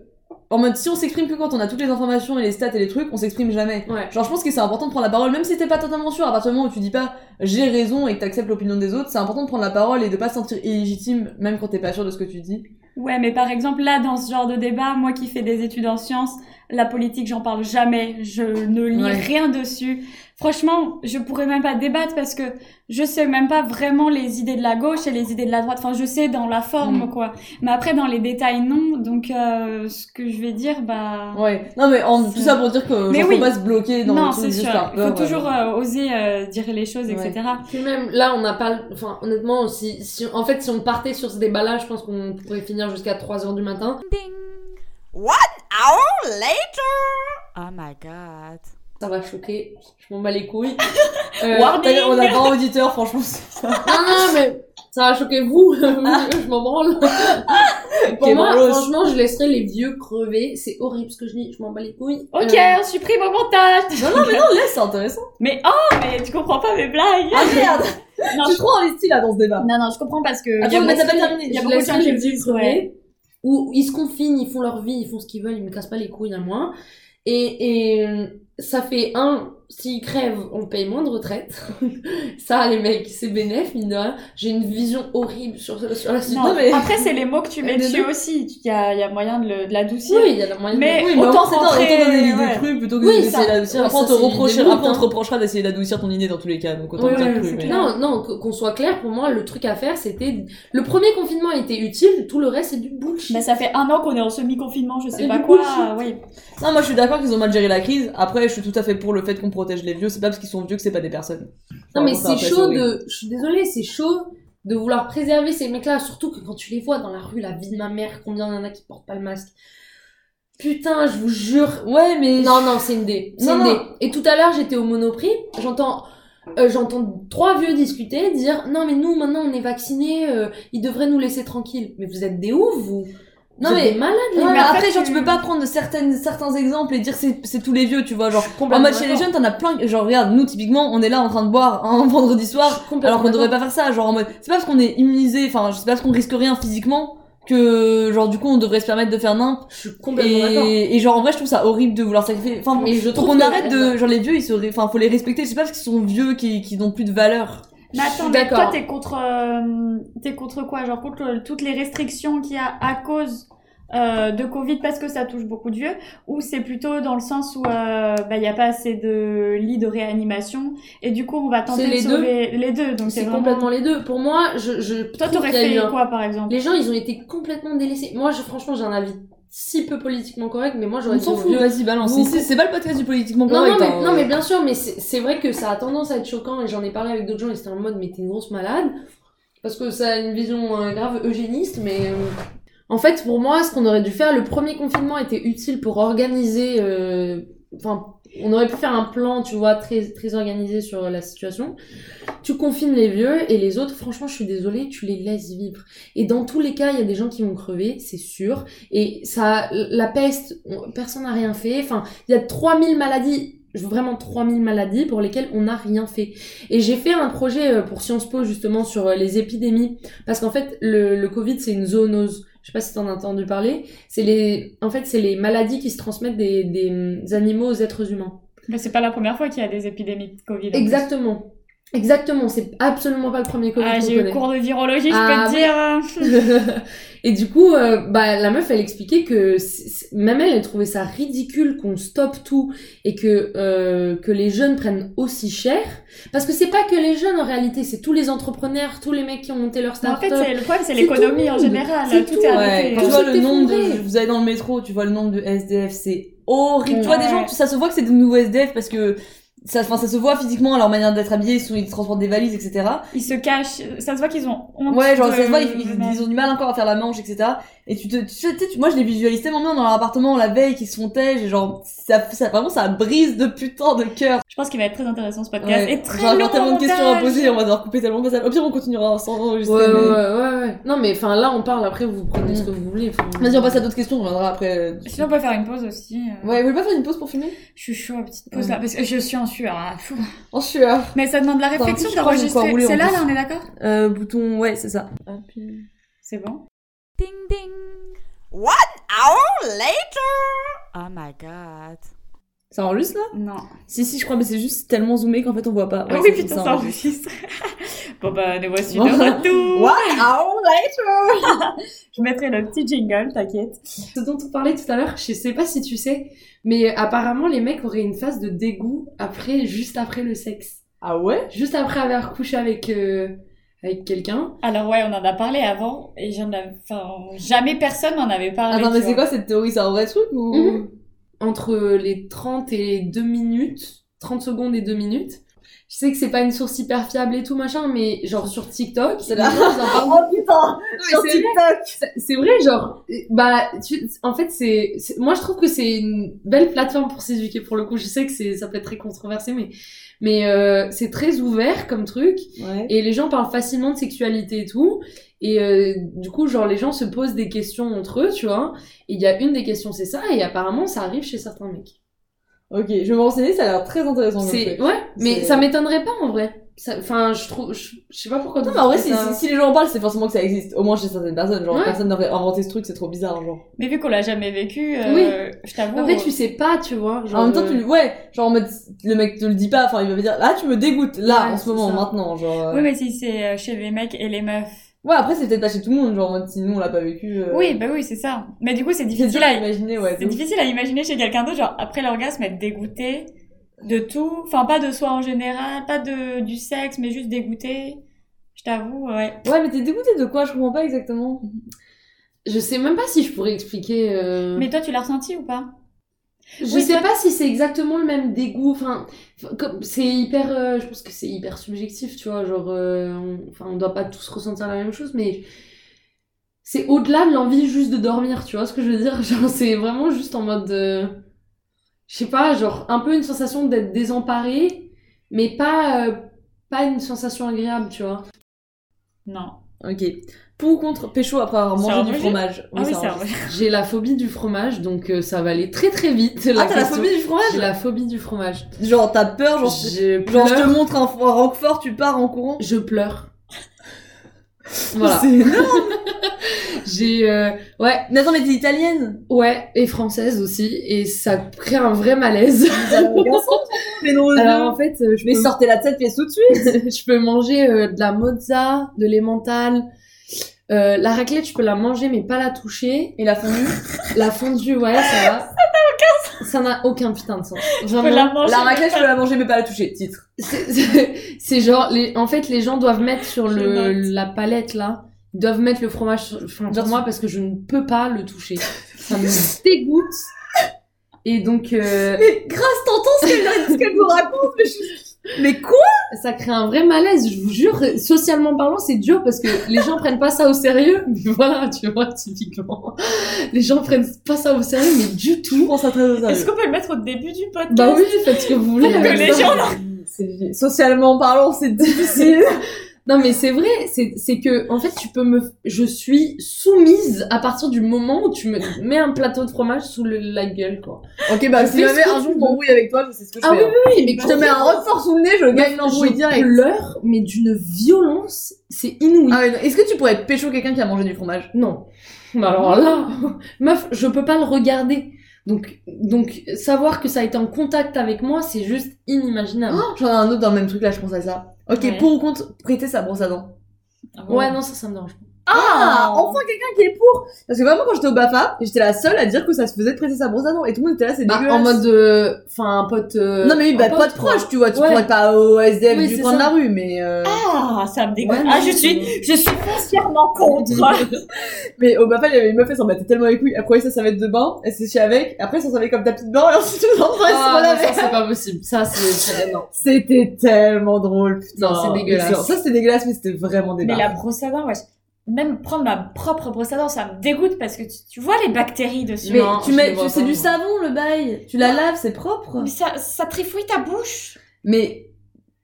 Speaker 3: en mode si on s'exprime que quand on a toutes les informations et les stats et les trucs, on s'exprime jamais.
Speaker 2: Ouais.
Speaker 3: Genre je pense que c'est important de prendre la parole, même si t'es pas totalement sûr. À partir du moment où tu dis pas j'ai raison et que t'acceptes l'opinion des autres, c'est important de prendre la parole et de pas se sentir illégitime même quand t'es pas sûr de ce que tu dis.
Speaker 1: Ouais, mais par exemple, là, dans ce genre de débat, moi qui fais des études en sciences, la politique, j'en parle jamais. Je ne lis
Speaker 3: Ouais.
Speaker 1: rien dessus. Franchement, je pourrais même pas débattre parce que je sais même pas vraiment les idées de la gauche et les idées de la droite. Enfin, je sais dans la forme,
Speaker 3: Mm.
Speaker 1: quoi. Mais après, dans les détails, non. Donc, euh, ce que je vais dire, bah...
Speaker 3: Ouais. Non mais en,
Speaker 1: C'est-
Speaker 3: tout ça pour dire que
Speaker 1: Mais
Speaker 3: genre,
Speaker 1: oui.
Speaker 3: faut pas se bloquer dans
Speaker 1: non,
Speaker 3: le truc
Speaker 1: c'est
Speaker 3: juste
Speaker 1: sûr.
Speaker 3: par
Speaker 1: Il
Speaker 3: peur,
Speaker 1: faut
Speaker 3: ouais.
Speaker 1: toujours euh, oser euh, dire les choses,
Speaker 3: Ouais.
Speaker 1: etc.
Speaker 2: Puis même là, on n'a pas. le- Enfin, honnêtement, si, si, en fait, si on partait sur ce débat-là, je pense qu'on pourrait finir jusqu'à 3h du matin.
Speaker 4: One hour later. Oh my god.
Speaker 2: Ça va choquer. Je m'en bats les couilles. Euh,
Speaker 1: Warning.
Speaker 3: D'ailleurs, on a 20 auditeurs, franchement, c'est ça.
Speaker 2: Ah non, mais ça va choquer vous. Vous, je m'en branle. Pour
Speaker 3: Quelle
Speaker 2: moi,
Speaker 3: grosse.
Speaker 2: franchement, je laisserai les vieux crever. C'est horrible ce que je dis. Je m'en bats les couilles.
Speaker 1: Ok,
Speaker 2: Euh,
Speaker 1: on supprime au montage
Speaker 3: Non, non, mais non, laisse, c'est intéressant.
Speaker 1: Mais oh, mais tu comprends pas mes blagues
Speaker 3: Ah merde,
Speaker 1: Non,
Speaker 3: je suis
Speaker 1: je...
Speaker 3: trop investie là dans ce débat.
Speaker 1: non, non, je comprends parce
Speaker 2: Ah,
Speaker 1: que...
Speaker 3: Attends,
Speaker 1: il y a
Speaker 3: mais
Speaker 1: beaucoup-
Speaker 3: t'as pas terminé.
Speaker 1: il y a
Speaker 2: je
Speaker 1: beaucoup de gens
Speaker 2: laisserai
Speaker 1: qui
Speaker 2: les
Speaker 1: le
Speaker 2: vieux
Speaker 1: disent, ouais.
Speaker 2: crever. Où ils se confinent, ils font leur vie, ils font ce qu'ils veulent, ils me cassent pas les couilles à moi. Et, et euh, ça fait un, s'ils crèvent, on paye moins de retraite. ça, les mecs, c'est bénéf, mine de rien. J'ai une vision horrible sur, sur la suite.
Speaker 1: Non,
Speaker 3: Non, mais-
Speaker 1: Après, c'est les mots que tu mets
Speaker 3: Mais
Speaker 1: dessus
Speaker 3: non.
Speaker 1: aussi. Il y a, il y a moyen de le- de l'adoucir.
Speaker 2: Oui, il y a la moyen de-
Speaker 1: Mais-
Speaker 3: Oui, mais
Speaker 1: Autant
Speaker 3: Eh, autant, c'est
Speaker 1: rentrer,
Speaker 3: autant donner l'idée
Speaker 1: ouais.
Speaker 3: crue plutôt que
Speaker 2: Oui,
Speaker 3: d'essayer
Speaker 2: ça-
Speaker 3: d'adoucir.
Speaker 2: oui, ça,
Speaker 3: Après, on te
Speaker 2: c'est une idée
Speaker 3: reprochera, après, on
Speaker 2: loupe,
Speaker 3: te
Speaker 2: hein.
Speaker 3: reprochera d'essayer d'adoucir ton idée dans tous les cas, donc autant
Speaker 2: Ouais,
Speaker 3: dire
Speaker 2: ouais,
Speaker 3: cru.
Speaker 1: c'est
Speaker 3: mais-
Speaker 1: clair.
Speaker 2: Non, non, que- qu'on soit clair, pour moi, le truc à faire, c'était. Le premier confinement était utile, tout le reste, c'est du bullshit.
Speaker 1: Bah, ça fait un an qu'on est en semi-confinement, je sais
Speaker 2: Et
Speaker 1: pas
Speaker 2: du
Speaker 1: quoi.
Speaker 2: coup, je-
Speaker 1: oui.
Speaker 3: Non, moi je suis d'accord qu'ils ont mal géré la crise. Après, je suis tout à fait pour le fait qu'on protège les vieux. C'est pas parce qu'ils sont vieux que c'est pas des personnes.
Speaker 2: Non, mais
Speaker 3: Faut vraiment
Speaker 2: c'est
Speaker 3: faire
Speaker 2: chaud
Speaker 3: attention,
Speaker 2: de. Je suis désolée, c'est chaud de vouloir préserver ces mecs-là, surtout que quand tu les vois dans la rue, la vie de ma mère, combien il y en a qui portent pas le masque. Putain, je vous jure.
Speaker 3: oui. Ouais, mais.
Speaker 2: Non, non, c'est une dé. C'est
Speaker 3: Non,
Speaker 2: une
Speaker 3: non.
Speaker 2: dé. Et tout à l'heure, j'étais au Monoprix, j'entends. euh, J'entends trois vieux discuter, dire non mais nous maintenant on est vaccinés, euh, ils devraient nous laisser tranquilles. Mais vous êtes des oufs vous.
Speaker 3: Non,
Speaker 2: vous
Speaker 3: mais-
Speaker 2: êtes des malades les
Speaker 3: Ouais, mais
Speaker 2: gars.
Speaker 1: après,
Speaker 3: après, genre,
Speaker 1: tu-
Speaker 3: tu peux pas prendre certaines, certains exemples et dire c'est c'est tous les vieux, tu vois. Genre, en
Speaker 2: complètement
Speaker 3: mode chez les
Speaker 2: d'accord.
Speaker 3: jeunes, t'en as plein. que- Genre, regarde, nous, typiquement, on est là en train de boire un vendredi soir. Alors qu'on devrait pas faire ça, genre en mode, c'est pas parce qu'on est immunisé, enfin, c'est pas parce qu'on risque rien physiquement que, genre, du coup, on devrait se permettre de faire n'importe
Speaker 2: Je suis complètement d'accord.
Speaker 3: Et, et genre en vrai je trouve ça horrible de vouloir sacrifier. Enfin
Speaker 2: Mais je
Speaker 3: faut
Speaker 2: trouve
Speaker 3: qu'on
Speaker 2: que-
Speaker 3: arrête de genre les vieux ils se ré- enfin faut les respecter. Je sais pas parce qu'ils sont vieux qui qui n'ont plus de valeur.
Speaker 1: Mais attends,
Speaker 2: suis
Speaker 1: mais toi,
Speaker 2: d'accord.
Speaker 1: t'es contre, euh, t'es contre quoi Genre contre le- toutes les restrictions qu'il y a à cause euh, de Covid parce que ça touche beaucoup de vieux Ou c'est plutôt dans le sens où euh, bah, il n'y a pas assez de lits de réanimation et du coup, on va tenter
Speaker 2: C'est
Speaker 1: de
Speaker 2: les
Speaker 1: sauver les deux. Donc
Speaker 2: C'est
Speaker 1: vraiment-
Speaker 2: complètement les deux. Pour moi, je, je
Speaker 1: Toi,
Speaker 2: trouve
Speaker 1: t'aurais
Speaker 2: qu'il y a
Speaker 1: fait
Speaker 2: eu un-
Speaker 1: quoi, par exemple
Speaker 2: Les gens, ils ont été complètement délaissés. Moi, je, franchement, j'ai un avis si peu politiquement correct, mais moi, j'aurais
Speaker 3: On
Speaker 2: dit
Speaker 3: s'en
Speaker 2: aux
Speaker 3: fout.
Speaker 2: vieux-
Speaker 3: Vas-y balance.
Speaker 2: Vous-
Speaker 3: C'est- C'est pas le podcast du politiquement
Speaker 2: Non,
Speaker 3: correct.
Speaker 2: non, mais,
Speaker 3: hein.
Speaker 2: non, mais bien sûr, mais c'est c'est vrai que ça a tendance à être choquant et j'en ai parlé avec d'autres gens et c'était en mode, mais t'es une grosse malade. Parce que ça a une vision euh, grave eugéniste, mais. euh, En fait, pour moi, ce qu'on aurait dû faire, le premier confinement était utile pour organiser. euh, Enfin, on aurait pu faire un plan, tu vois, très, très organisé sur la situation. Tu confines les vieux et les autres, franchement, je suis désolée, tu les laisses vivre. Et dans tous les cas, il y a des gens qui vont crever, c'est sûr. Et ça, la peste, on- personne n'a rien fait. Enfin, il y a 3000 maladies vraiment 3000 maladies pour lesquelles on n'a rien fait. Et j'ai fait un projet euh, pour Sciences Po justement sur euh, les épidémies, parce qu'en fait le, le Covid c'est une zoonose. Je sais pas si t'en as entendu parler. C'est les, en fait c'est les maladies qui se transmettent des, des, mm, animaux aux êtres humains.
Speaker 1: Mais c'est pas la première fois qu'il y a des épidémies de Covid. en plus.
Speaker 2: Exactement, exactement. C'est absolument pas le premier Covid
Speaker 1: Ah,
Speaker 2: qu'on
Speaker 1: j'ai eu
Speaker 2: connaît.
Speaker 1: cours de virologie, je
Speaker 2: Ah,
Speaker 1: peux te
Speaker 2: oui.
Speaker 1: dire. hein.
Speaker 2: et du coup, euh, bah, la meuf, elle expliquait que c- c- même elle, elle trouvait ça ridicule qu'on stoppe tout et que euh, que les jeunes prennent aussi cher. Parce que c'est pas que les jeunes en réalité, c'est tous les entrepreneurs, tous les mecs qui ont monté leur
Speaker 1: Mais en fait,
Speaker 2: start-up.
Speaker 1: c'est- le problème, c'est
Speaker 2: C'est
Speaker 1: l'économie
Speaker 2: tout
Speaker 1: en
Speaker 2: le monde.
Speaker 1: général. hein.
Speaker 2: C'est
Speaker 1: tout,
Speaker 2: tout,
Speaker 1: est
Speaker 3: Ouais,
Speaker 1: arrêté.
Speaker 3: quand
Speaker 2: Tout
Speaker 3: tu vois
Speaker 2: s'est
Speaker 3: le nombre
Speaker 2: effondré.
Speaker 3: de, vous allez dans le métro, tu vois le nombre de SDF, c'est horrible. Tu vois
Speaker 1: Ouais.
Speaker 3: des gens, ça se voit que c'est de nouveaux SDF parce que ça, enfin, ça se voit physiquement à leur manière d'être habillés, ils, sont- ils transportent des valises, etc.
Speaker 1: Ils se cachent. Ça se voit qu'ils ont honte.
Speaker 3: Ouais, genre
Speaker 1: de-
Speaker 3: ça se voit, ils, ils- ils ont du mal encore à faire la manche, etc. Et tu te, tu sais, tu sais, moi je les visualise tellement bien dans leur appartement la veille qu'ils se font têche, et genre ça, ça, vraiment ça brise de putain de cœur.
Speaker 1: Je pense qu'il va être très intéressant ce podcast.
Speaker 3: Ouais.
Speaker 1: Et très
Speaker 3: J'ai encore
Speaker 1: long
Speaker 3: tellement de
Speaker 1: au
Speaker 3: questions à
Speaker 1: montage.
Speaker 3: poser, on va devoir couper tellement de passages. Au pire, on continuera sans enregistrer.
Speaker 2: Ouais, ouais,
Speaker 3: mais-
Speaker 2: ouais, ouais, ouais. Non, mais enfin là, on parle. Après, vous prenez ce
Speaker 3: Mm.
Speaker 2: que vous voulez. enfin.
Speaker 3: Vas-y, on passe à d'autres questions, on reviendra après. euh,
Speaker 1: Sinon, on peut faire une pause aussi. euh.
Speaker 3: Ouais, vous voulez pas faire une pause pour fumer
Speaker 1: Je suis chaud, petite pause là, parce que je suis en sueur. hein. Fou.
Speaker 3: En sueur.
Speaker 1: Mais ça demande de la
Speaker 3: Attends,
Speaker 1: réflexion
Speaker 3: je crois que j'ai encore
Speaker 1: d'enregistrer.
Speaker 3: roulé,
Speaker 1: C'est
Speaker 3: en
Speaker 1: là,
Speaker 3: plus.
Speaker 1: là, on est d'accord
Speaker 3: Euh, bouton, ouais, c'est ça.
Speaker 1: C'est bon.
Speaker 4: Ding ding. One hour later. Oh my god.
Speaker 3: Ça enregistre là
Speaker 1: Non.
Speaker 3: Si, si, je crois, mais c'est juste tellement zoomé qu'en fait on voit pas.
Speaker 1: Ah
Speaker 3: Ouais,
Speaker 1: oui,
Speaker 3: c'est-
Speaker 1: putain, ça enregistre. bon, bah, nous voici de
Speaker 3: Bon.
Speaker 1: retour.
Speaker 3: One hour later!
Speaker 1: Je mettrai le petit jingle, t'inquiète.
Speaker 2: Ce dont on parlait tout à l'heure, je sais pas si tu sais, mais apparemment, les mecs auraient une phase de dégoût après, juste après le sexe,
Speaker 3: Ah ouais?
Speaker 2: juste après avoir couché avec euh, avec quelqu'un.
Speaker 1: Alors, ouais, on en a parlé avant, et j'en avais. Enfin, jamais personne n'en avait parlé.
Speaker 3: Attends,
Speaker 1: tu
Speaker 3: Ah, mais c'est
Speaker 1: vois.
Speaker 3: quoi cette théorie? C'est un vrai truc ou?
Speaker 2: Mhm. entre les 30 et 2 minutes, 30 secondes et 2 minutes. Je sais que c'est pas une source hyper fiable et tout machin, mais genre sur TikTok,
Speaker 3: C'est
Speaker 2: les
Speaker 3: là.
Speaker 2: gens, ils en parlent.
Speaker 3: Oh putain!
Speaker 2: Sur
Speaker 3: Sur TikTok!
Speaker 2: C'est- C'est vrai, genre, euh, bah, tu- en fait, c'est, c'est- moi je trouve que c'est une belle plateforme pour s'éduquer pour le coup. Je sais que c'est, ça peut être très controversé, mais, mais euh, c'est très ouvert comme truc.
Speaker 3: Ouais.
Speaker 2: Et les gens parlent facilement de sexualité et tout. Et euh, du coup, genre, les gens se posent des questions entre eux, tu vois. Et il y a une des questions, c'est ça. Et apparemment, ça arrive chez certains mecs.
Speaker 3: Ok, je vais me renseigner, ça a l'air très intéressant. comme
Speaker 2: C'est
Speaker 3: truc.
Speaker 2: ouais, mais
Speaker 3: C'est-
Speaker 2: ça m'étonnerait pas en vrai. Ça- Enfin, je trouve, je, je sais pas pourquoi.
Speaker 3: Non, mais en vrai, si,
Speaker 2: ça-
Speaker 3: si, si les gens en parlent, c'est forcément que ça existe. Au moins chez certaines personnes. Genre,
Speaker 2: Ouais.
Speaker 3: personne n'aurait inventé ce truc, c'est trop bizarre, genre.
Speaker 1: Mais vu qu'on l'a jamais vécu, euh,
Speaker 2: Oui.
Speaker 1: je t'avoue.
Speaker 2: En fait, tu sais pas, tu vois. genre,
Speaker 3: hein. en même temps,
Speaker 2: euh,
Speaker 3: tu lui- ouais, genre en mode, le mec te le dit pas, enfin, il va me dire, là, tu me dégoûtes, là,
Speaker 2: Ouais,
Speaker 3: en
Speaker 2: c'est
Speaker 3: ce moment,
Speaker 2: ça.
Speaker 3: maintenant, genre. euh.
Speaker 1: Oui, mais si c'est euh, chez les mecs et les meufs.
Speaker 3: Ouais, après, c'est peut-être pas chez tout le monde, genre, en mode, si nous, on l'a pas vécu. euh,
Speaker 1: Oui, bah oui, c'est ça. Mais du coup, c'est
Speaker 3: C'est
Speaker 1: difficile
Speaker 3: dur à
Speaker 1: à,
Speaker 3: imaginer, ouais.
Speaker 1: c'est
Speaker 3: donc.
Speaker 1: difficile à imaginer chez quelqu'un d'autre, genre après l'orgasme, être dégoûté de tout, enfin pas de soi en général, pas de du sexe, mais juste dégoûté. Je t'avoue, ouais.
Speaker 3: Ouais, mais t'es dégoûté de quoi Je comprends pas exactement.
Speaker 2: je sais même pas si je pourrais expliquer. euh,
Speaker 1: Mais toi, tu l'as ressenti ou pas
Speaker 2: je
Speaker 1: oui,
Speaker 2: sais
Speaker 1: toi-
Speaker 2: pas si c'est exactement le même dégoût. Enfin, f- comme c'est hyper, euh, je pense que c'est hyper subjectif, tu vois. Genre, euh, on- enfin, on doit pas tous ressentir la même chose, mais c'est au-delà de l'envie juste de dormir, tu vois ce que je veux dire. Genre, c'est vraiment juste en mode, euh, je sais pas, genre un peu une sensation d'être désemparé, mais pas, euh, pas une sensation agréable, tu vois.
Speaker 1: Non. Ah
Speaker 3: Ok. Pour ou contre pécho après avoir
Speaker 1: C'est
Speaker 3: mangé du
Speaker 1: enregistré
Speaker 3: fromage
Speaker 1: Ah oui,
Speaker 3: c'est
Speaker 1: c'est
Speaker 3: enregistré.
Speaker 1: vrai.
Speaker 2: J'ai la phobie du fromage, donc euh, ça va aller très très vite.
Speaker 3: Ah, t'as la
Speaker 2: question.
Speaker 3: phobie du
Speaker 2: J'ai
Speaker 3: fromage
Speaker 2: la phobie du fromage.
Speaker 3: Genre, t'as peur, genre,
Speaker 2: Je
Speaker 3: genre je
Speaker 2: pleure.
Speaker 3: te montre un, un roquefort, tu pars en courant.
Speaker 2: je pleure. voilà.
Speaker 3: C'est énorme.
Speaker 2: J'ai euh, ouais,
Speaker 3: Mais attends, mais t'es italienne
Speaker 2: ouais et française aussi et ça crée un vrai malaise.
Speaker 3: Mais non,
Speaker 2: Alors en fait, euh, je
Speaker 3: Mais
Speaker 2: peux,
Speaker 3: sortez la tête pièce tout de suite
Speaker 2: je peux manger euh, de la mozza, de l'emmental. Euh, la raclette, je peux la manger mais pas la toucher.
Speaker 3: Et la fondue
Speaker 2: La fondue, ouais, ça va. Ça n'a aucun putain de sens.
Speaker 1: Tu peux
Speaker 2: Vraiment.
Speaker 1: la manger.
Speaker 3: La
Speaker 1: mais
Speaker 3: raclette, je
Speaker 1: pas-
Speaker 3: peux la manger, mais pas la toucher, titre.
Speaker 2: C'est- C'est c'est genre, les, en fait, les gens doivent mettre sur
Speaker 1: Je
Speaker 2: le,
Speaker 1: note.
Speaker 2: la palette là, ils doivent mettre le fromage sur, enfin, pour
Speaker 3: Genre,
Speaker 2: moi parce que je ne peux pas le toucher. Ça me dégoûte. Et donc, euh,
Speaker 3: Mais grâce, t'entends ce qu'elle ce qu'elle nous raconte mais, je- mais quoi
Speaker 2: ça crée un vrai malaise, je vous jure. Socialement parlant, c'est dur parce que les gens prennent pas ça au sérieux. Mais voilà, tu vois, typiquement. Les gens prennent pas ça au sérieux, mais du
Speaker 3: Je
Speaker 2: tout.
Speaker 3: pense à très au sérieux.
Speaker 1: Est-ce qu'on peut le mettre au début du podcast
Speaker 2: Bah oui, faites ce que vous voulez.
Speaker 3: Ah,
Speaker 1: Pour que
Speaker 2: avec
Speaker 1: les
Speaker 2: ça.
Speaker 1: gens
Speaker 3: C'est- Socialement parlant, c'est difficile.
Speaker 2: Non, mais c'est vrai, c'est c'est que, en fait, tu peux me. Je suis soumise à partir du moment où tu me mets un plateau de fromage sous le- la gueule, quoi.
Speaker 3: Ok, bah, si
Speaker 2: Fais ce
Speaker 3: jamais
Speaker 2: que tu
Speaker 3: un jour je
Speaker 2: veux.
Speaker 3: m'embrouille avec toi, c'est ce que je
Speaker 2: Ah
Speaker 3: fais.
Speaker 2: oui,
Speaker 3: hein.
Speaker 2: oui, oui, mais
Speaker 3: Je te mets un roquefort sous le nez, je gagne l'embrouille
Speaker 2: Je
Speaker 3: direct.
Speaker 2: pleure, mais d'une violence, c'est inouï.
Speaker 3: Ah ouais, non. Est-ce que tu pourrais pécho quelqu'un qui a mangé du fromage
Speaker 2: Non. Bah alors là, meuf, je peux pas le regarder. Donc, donc savoir que ça a été en contact avec moi, c'est juste inimaginable.
Speaker 3: Oh, J'en ai un autre dans le même truc là, je pense à ça. Ok,
Speaker 1: Ouais.
Speaker 3: pour ou contre prêter sa brosse à dents
Speaker 1: Ah
Speaker 2: ouais, non, ça, ça me dérange pas.
Speaker 3: Ah
Speaker 1: Oh.
Speaker 3: Enfin quelqu'un qui est pour Parce que vraiment quand j'étais au BAFA, j'étais la seule à dire que ça se faisait de prêter sa brosse à dents. Et tout le monde était là, c'est
Speaker 2: Bah,
Speaker 3: dégueulasse.
Speaker 2: en mode, euh, enfin, un pote. euh,
Speaker 3: Non mais oui,
Speaker 2: un
Speaker 3: bah
Speaker 2: pote,
Speaker 3: pas de
Speaker 2: quoi.
Speaker 3: proche, tu vois, tu
Speaker 2: Ouais.
Speaker 3: pourrais pas au SDF
Speaker 2: Oui,
Speaker 3: du
Speaker 2: c'est
Speaker 3: coin de
Speaker 2: ça.
Speaker 3: la rue, mais... euh,
Speaker 1: Ah, ça me dégoûte.
Speaker 2: Ouais,
Speaker 1: ah,
Speaker 2: non,
Speaker 1: je
Speaker 2: c'est-
Speaker 1: suis, je suis foncièrement contre.
Speaker 3: Mais au BAFA, il y avait une meuf, elle s'en battait tellement les couilles. Après, ça, ça va être de bain, elle séchait avec, après, ça, ça va être comme ta petite bain, et ensuite, tu l'envoies, elle se
Speaker 2: Ah, non,
Speaker 3: relavait.
Speaker 2: ça, c'est pas possible. Ça, c'est- c'est. Non.
Speaker 3: C'était tellement drôle, putain.
Speaker 2: Non, c'est
Speaker 3: Mais
Speaker 2: dégueulasse.
Speaker 3: Ça, c'était dégueulasse, mais c'était vraiment
Speaker 1: Mais
Speaker 3: dégueulasse.
Speaker 1: la brosse à dents, ouais. Même prendre ma propre brosse à dents, ça me dégoûte parce que tu, tu vois les bactéries dessus.
Speaker 3: Mais
Speaker 2: Non,
Speaker 3: tu
Speaker 2: je
Speaker 3: mets,
Speaker 2: le vois
Speaker 3: tu-
Speaker 2: pas,
Speaker 3: c'est du
Speaker 2: moi.
Speaker 3: savon le bail. Tu la laves, c'est propre.
Speaker 1: Mais ça, ça trifouille ta bouche.
Speaker 3: Mais,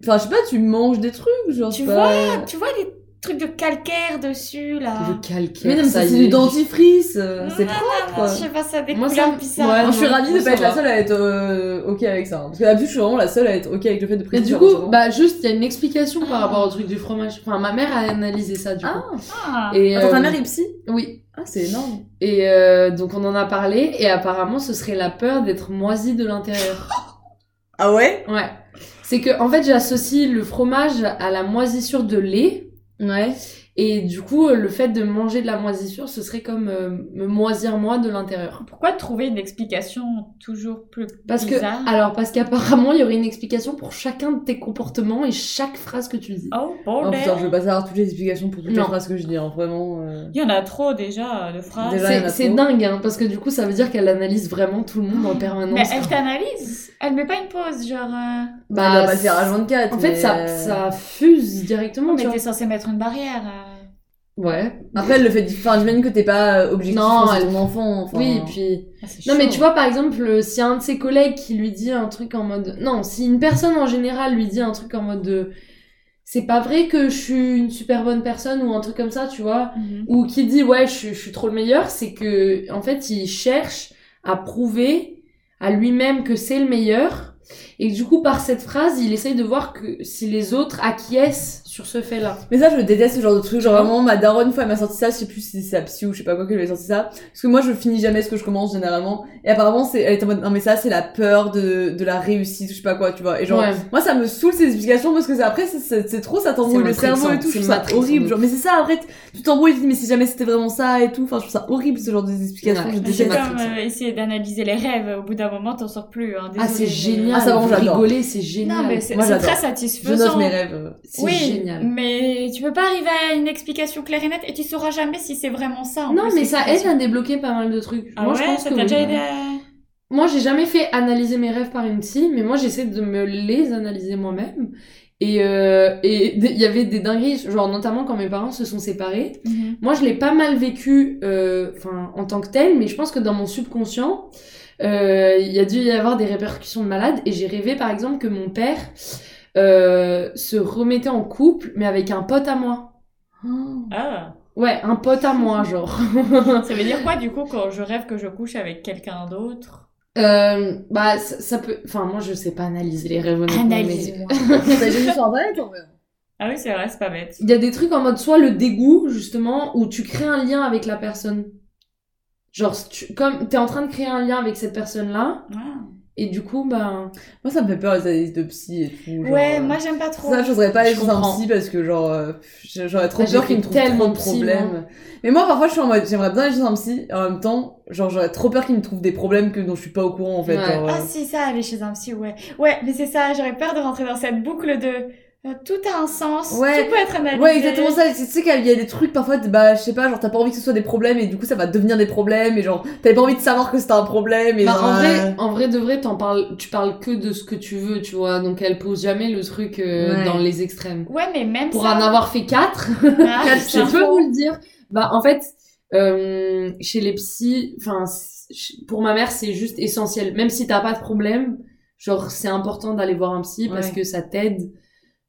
Speaker 3: enfin, je sais pas, tu manges des trucs, genre.
Speaker 1: Tu
Speaker 3: je sais pas.
Speaker 1: Tu vois les trucs de calcaire dessus, là.
Speaker 2: Le calcaire.
Speaker 3: Mais non, mais
Speaker 2: ça
Speaker 3: c'est
Speaker 2: y
Speaker 3: c'est
Speaker 2: est.
Speaker 3: du dentifrice, euh,
Speaker 1: Non,
Speaker 3: c'est
Speaker 1: non,
Speaker 3: propre.
Speaker 1: non, Ah, Je sais pas, ça a des
Speaker 2: Moi, ça
Speaker 1: couleurs
Speaker 2: me-
Speaker 1: bizarres.
Speaker 2: ouais.
Speaker 3: Moi, je suis
Speaker 2: non,
Speaker 3: ravie de
Speaker 2: ça
Speaker 3: pas être
Speaker 2: va.
Speaker 3: la seule à être euh, ok avec ça. hein. Parce que là-dessus, je suis vraiment la seule à être ok avec le fait de
Speaker 2: Mais
Speaker 3: prêter
Speaker 2: du
Speaker 3: sa brosse à
Speaker 2: coup,
Speaker 3: dents.
Speaker 2: bah juste, il y a une explication par rapport au truc du fromage. Enfin, ma mère a analysé ça du
Speaker 3: Ah.
Speaker 2: coup.
Speaker 1: Ah.
Speaker 2: Et,
Speaker 3: Attends, ta
Speaker 2: euh,
Speaker 3: mère est psy
Speaker 2: Oui.
Speaker 3: Ah, c'est énorme.
Speaker 2: Et euh, donc on en a parlé et apparemment ce serait la peur d'être moisi de l'intérieur.
Speaker 3: Ah ouais
Speaker 2: Ouais. C'est que en fait j'associe le fromage à la moisissure de lait
Speaker 3: Ouais.
Speaker 2: et du coup euh, le fait de manger de la moisissure ce serait comme euh, me moisir moi de l'intérieur.
Speaker 1: Pourquoi trouver une explication toujours plus
Speaker 2: Parce que
Speaker 1: bizarre
Speaker 2: alors parce qu'apparemment il y aurait une explication pour chacun de tes comportements et chaque phrase que tu dis.
Speaker 1: Oh,
Speaker 3: Oh
Speaker 1: bordel
Speaker 3: putain, je veux pas savoir toutes les explications pour toutes les
Speaker 2: Non.
Speaker 3: phrases que je dis, hein. vraiment. euh.
Speaker 1: Il y en a trop déjà de phrases.
Speaker 3: Déjà, il y en
Speaker 2: C'est
Speaker 3: a
Speaker 2: c'est
Speaker 3: trop.
Speaker 2: dingue hein, parce que du coup ça veut dire qu'elle analyse vraiment tout le monde en
Speaker 1: Mais
Speaker 2: permanence.
Speaker 1: elle t'analyse. Elle met pas une pause, genre. euh,
Speaker 3: elle va passer à 24.
Speaker 2: Bah, en fait
Speaker 3: mais,
Speaker 2: ça,
Speaker 3: euh,
Speaker 2: ça fuse directement. tu
Speaker 1: Mais
Speaker 2: vois.
Speaker 1: t'es censé mettre une barrière. euh.
Speaker 2: Ouais.
Speaker 3: Après, elle le fait. Enfin, j'imagine que t'es pas euh, objectif.
Speaker 2: Non,
Speaker 3: c'est
Speaker 2: elle-
Speaker 3: ton enfant. Enfin...
Speaker 2: Oui, puis
Speaker 1: Ah, c'est
Speaker 2: Non, mais
Speaker 1: chaud.
Speaker 2: tu vois, par exemple, euh, si un de ses collègues qui lui dit un truc en mode. Non, si une personne en général lui dit un truc en mode. de, C'est pas vrai que je suis une super bonne personne ou un truc comme ça, tu vois.
Speaker 1: Mhm.
Speaker 2: Ou qui dit ouais, je, je suis trop le meilleur, c'est que, en fait, il cherche à prouver à lui-même que c'est le meilleur. Et que du coup, par cette phrase, il essaye de voir que si les autres acquiescent sur ce fait-là.
Speaker 3: Mais ça, je déteste ce genre de truc. Genre, vraiment, ma daronne, une fois, elle m'a sorti ça. Je sais plus si c'est sa psy ou je sais pas quoi qu'elle lui a sorti ça. Parce que moi, je finis jamais ce que je commence, généralement. Et apparemment, c'est, elle est en mode, non, mais ça, c'est la peur de, de la réussite, ou je sais pas quoi, tu vois. Et genre,
Speaker 2: Ouais.
Speaker 3: moi, ça me saoule ces explications parce que c'est- après, c'est- c'est c'est trop, ça t'embrouille le
Speaker 2: C'est matrixant,
Speaker 3: cerveau et tout. Je
Speaker 2: c'est
Speaker 3: trouve ça
Speaker 2: matrixant
Speaker 3: horrible.
Speaker 2: de
Speaker 3: Genre, mais c'est ça, après, tu t'embrouilles, tu dis, mais si jamais c'était vraiment ça et tout. Enfin, je trouve ça horrible, ce genre d'explications.
Speaker 2: Ouais,
Speaker 3: je
Speaker 2: mais
Speaker 1: C'est
Speaker 3: déteste.
Speaker 2: matrixant.
Speaker 1: comme euh, essayer d'analyser les rêves. Au bout d'un moment, t'en sors plus. hein.
Speaker 2: Ah,
Speaker 1: Désolée,
Speaker 2: c'est
Speaker 1: mais-
Speaker 2: génial.
Speaker 3: Ah, ça, par
Speaker 2: vous
Speaker 3: contre, j'adore.
Speaker 2: rigolez, c'est génial.
Speaker 1: Non, mais c'est
Speaker 3: Moi,
Speaker 1: c'est
Speaker 3: j'adore.
Speaker 1: très
Speaker 3: Je note
Speaker 1: satisfaisant.
Speaker 3: mes rêves.
Speaker 2: C'est génial.
Speaker 1: mais tu peux pas arriver à une explication claire et nette et tu sauras jamais si c'est vraiment ça. en
Speaker 2: Non,
Speaker 1: plus,
Speaker 2: mais ça aide
Speaker 1: l'explication.
Speaker 2: à débloquer pas mal de trucs.
Speaker 1: Ah
Speaker 2: moi,
Speaker 1: ouais,
Speaker 2: je pense
Speaker 1: ça
Speaker 2: que
Speaker 1: t'a
Speaker 2: oui.
Speaker 1: déjà aidé à...
Speaker 2: Moi, j'ai jamais fait analyser mes rêves par une psy, mais moi, j'essaie de me les analyser moi-même. Et euh, et d- il y avait des dingueries, genre notamment quand mes parents se sont séparés. Moi, je l'ai pas mal vécu euh, enfin, en tant que tel, mais je pense que dans mon subconscient, euh, il y a dû y avoir des répercussions de malade. Et j'ai rêvé, par exemple, que mon père euh, se remettait en couple, mais avec un pote à moi.
Speaker 1: Ah,
Speaker 2: Ouais, un pote à moi, genre.
Speaker 1: ça veut dire quoi du coup quand je rêve que je couche avec quelqu'un d'autre
Speaker 2: Euh, bah, ça, ça peut. Enfin, moi, je sais pas analyser les rêves. honnêtement, mais-
Speaker 1: Analyse-moi.
Speaker 3: T'as jamais vu sur internet, en vrai?
Speaker 1: Ah oui, c'est vrai, c'est pas bête.
Speaker 2: Il y a des trucs en mode soit le dégoût, justement, où tu crées un lien avec la personne. Genre, si tu, comme t'es en train de créer un lien avec cette personne-là,
Speaker 1: Ah.
Speaker 2: et du coup, bah.
Speaker 3: Moi, ça me fait peur, les analyses de psy et tout. genre,
Speaker 1: Ouais,
Speaker 3: euh,
Speaker 1: moi j'aime pas trop.
Speaker 3: Ça, j'oserais pas aller
Speaker 2: Je
Speaker 3: chez un
Speaker 2: comprends.
Speaker 3: psy parce que genre, euh, j'aurais trop
Speaker 2: Ah, j'ai
Speaker 3: peur
Speaker 2: fait
Speaker 3: qu'il me trouve
Speaker 2: tellement hein.
Speaker 3: trop de
Speaker 2: de psy,
Speaker 3: problèmes.
Speaker 2: moi.
Speaker 3: Mais moi, parfois, je suis en mode, j'aimerais bien aller chez un psy. et En même temps, genre, j'aurais trop peur qu'il me trouve des problèmes que dont je suis pas au courant en fait.
Speaker 2: Ouais.
Speaker 3: genre, euh.
Speaker 1: Ah si, ça, aller chez un psy, ouais. Ouais, mais c'est ça, j'aurais peur de rentrer dans cette boucle de euh, tout a un sens,
Speaker 3: Ouais.
Speaker 1: tout peut être analysé.
Speaker 3: Ouais, exactement ça. Tu sais qu'il y a des trucs parfois, bah, je sais pas, genre, t'as pas envie que ce soit des problèmes et du coup, ça va devenir des problèmes et genre, t'avais pas envie de savoir que c'était un problème et
Speaker 2: Bah,
Speaker 3: genre,
Speaker 2: en
Speaker 3: euh,
Speaker 2: vrai, en vrai de vrai, t'en parles, tu parles que de ce que tu veux, tu vois. Donc, elle pose jamais le truc euh,
Speaker 3: Ouais.
Speaker 2: dans les extrêmes.
Speaker 1: Ouais, mais même
Speaker 2: Pour
Speaker 1: ça.
Speaker 2: en avoir fait quatre,
Speaker 1: Ah,
Speaker 3: quatre,
Speaker 1: putain.
Speaker 2: je peux vous le dire. Bah, en fait, euh, chez les psys, enfin, c'est- pour ma mère, c'est juste essentiel. Même si t'as pas de problème, genre, c'est important d'aller voir un psy parce
Speaker 3: Ouais.
Speaker 2: que ça t'aide.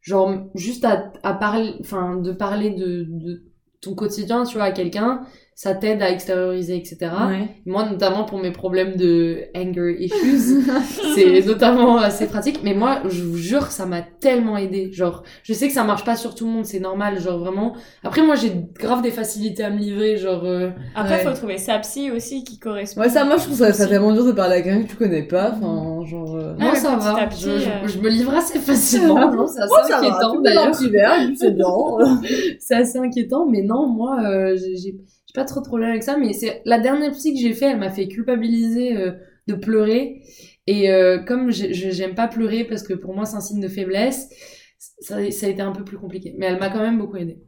Speaker 2: genre juste à, à parler, enfin de parler de, de ton quotidien, tu vois, à quelqu'un, ça t'aide à extérioriser, etc.
Speaker 1: Ouais.
Speaker 2: Moi, notamment pour mes problèmes de anger issues, c'est notamment assez pratique. Mais moi, je vous jure, ça m'a tellement aidé. Genre, je sais que ça marche pas sur tout le monde, c'est normal. Genre vraiment. Après, moi, j'ai grave des facilités à me livrer. Genre, euh,
Speaker 1: Après,
Speaker 3: Ouais.
Speaker 1: faut trouver sa psy aussi qui correspond.
Speaker 3: Ouais, ça, moi, je trouve ça, ça
Speaker 1: Aussi.
Speaker 3: tellement dur de parler à quelqu'un que tu connais pas. Enfin, genre. euh,
Speaker 1: Ah,
Speaker 2: moi,
Speaker 1: mais
Speaker 2: ça
Speaker 1: petit à
Speaker 2: va.
Speaker 1: petit,
Speaker 2: je,
Speaker 1: euh,
Speaker 2: je, je me livre assez facilement. Non, c'est assez
Speaker 3: Moi, Oh, ça va.
Speaker 2: inquiétant
Speaker 3: Tu me mets dans
Speaker 2: d'ailleurs.
Speaker 3: le petit verre, et puis c'est bien.
Speaker 2: c'est assez inquiétant, mais non, moi, euh, j'ai j'ai- j'ai pas trop de problème avec ça. Mais c'est la dernière psy que j'ai fait, elle m'a fait culpabiliser euh, de pleurer. Et euh, comme j'ai- je- j'aime pas pleurer parce que pour moi c'est un signe de faiblesse, ça, ça a été un peu plus compliqué. Mais elle m'a quand même beaucoup aidée.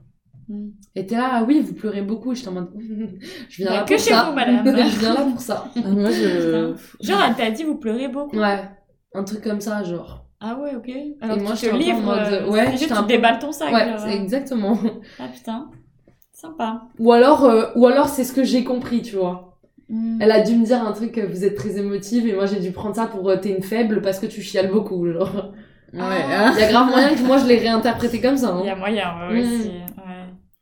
Speaker 1: Mm.
Speaker 2: Et t'es là, ah oui, vous pleurez beaucoup. J'étais en mode, je viens
Speaker 1: Bah,
Speaker 2: là
Speaker 1: que
Speaker 2: pour
Speaker 1: chez
Speaker 2: ça.
Speaker 1: vous, madame.
Speaker 2: je viens là pour ça.
Speaker 3: Ah, Moi, je.
Speaker 1: Genre, elle t'a dit, vous pleurez beaucoup.
Speaker 2: Ouais, un truc comme ça, genre.
Speaker 1: Ah ouais, ok. Alors,
Speaker 2: moi,
Speaker 1: tu te
Speaker 2: j'étais un peu en
Speaker 1: livres,
Speaker 2: mode,
Speaker 1: euh,
Speaker 2: ouais,
Speaker 1: c'est juste,
Speaker 2: j'étais
Speaker 1: tu
Speaker 2: un peu-
Speaker 1: déballes ton sac.
Speaker 2: Ouais,
Speaker 1: genre.
Speaker 2: c'est exactement.
Speaker 1: Ah putain, sympa.
Speaker 2: Ou alors, euh, ou alors c'est ce que j'ai compris, tu vois.
Speaker 1: Mm.
Speaker 2: Elle a dû me dire un truc, euh, vous êtes très émotive, et moi j'ai dû prendre ça pour euh, t'es une faible parce que tu chiales beaucoup. Genre.
Speaker 3: Ouais,
Speaker 1: Ah.
Speaker 3: hein.
Speaker 2: Il y a grave moyen que moi je l'ai réinterprété comme ça. hein.
Speaker 1: Il y a moyen, ouais, ouais,
Speaker 2: Mm.
Speaker 1: si, ouais.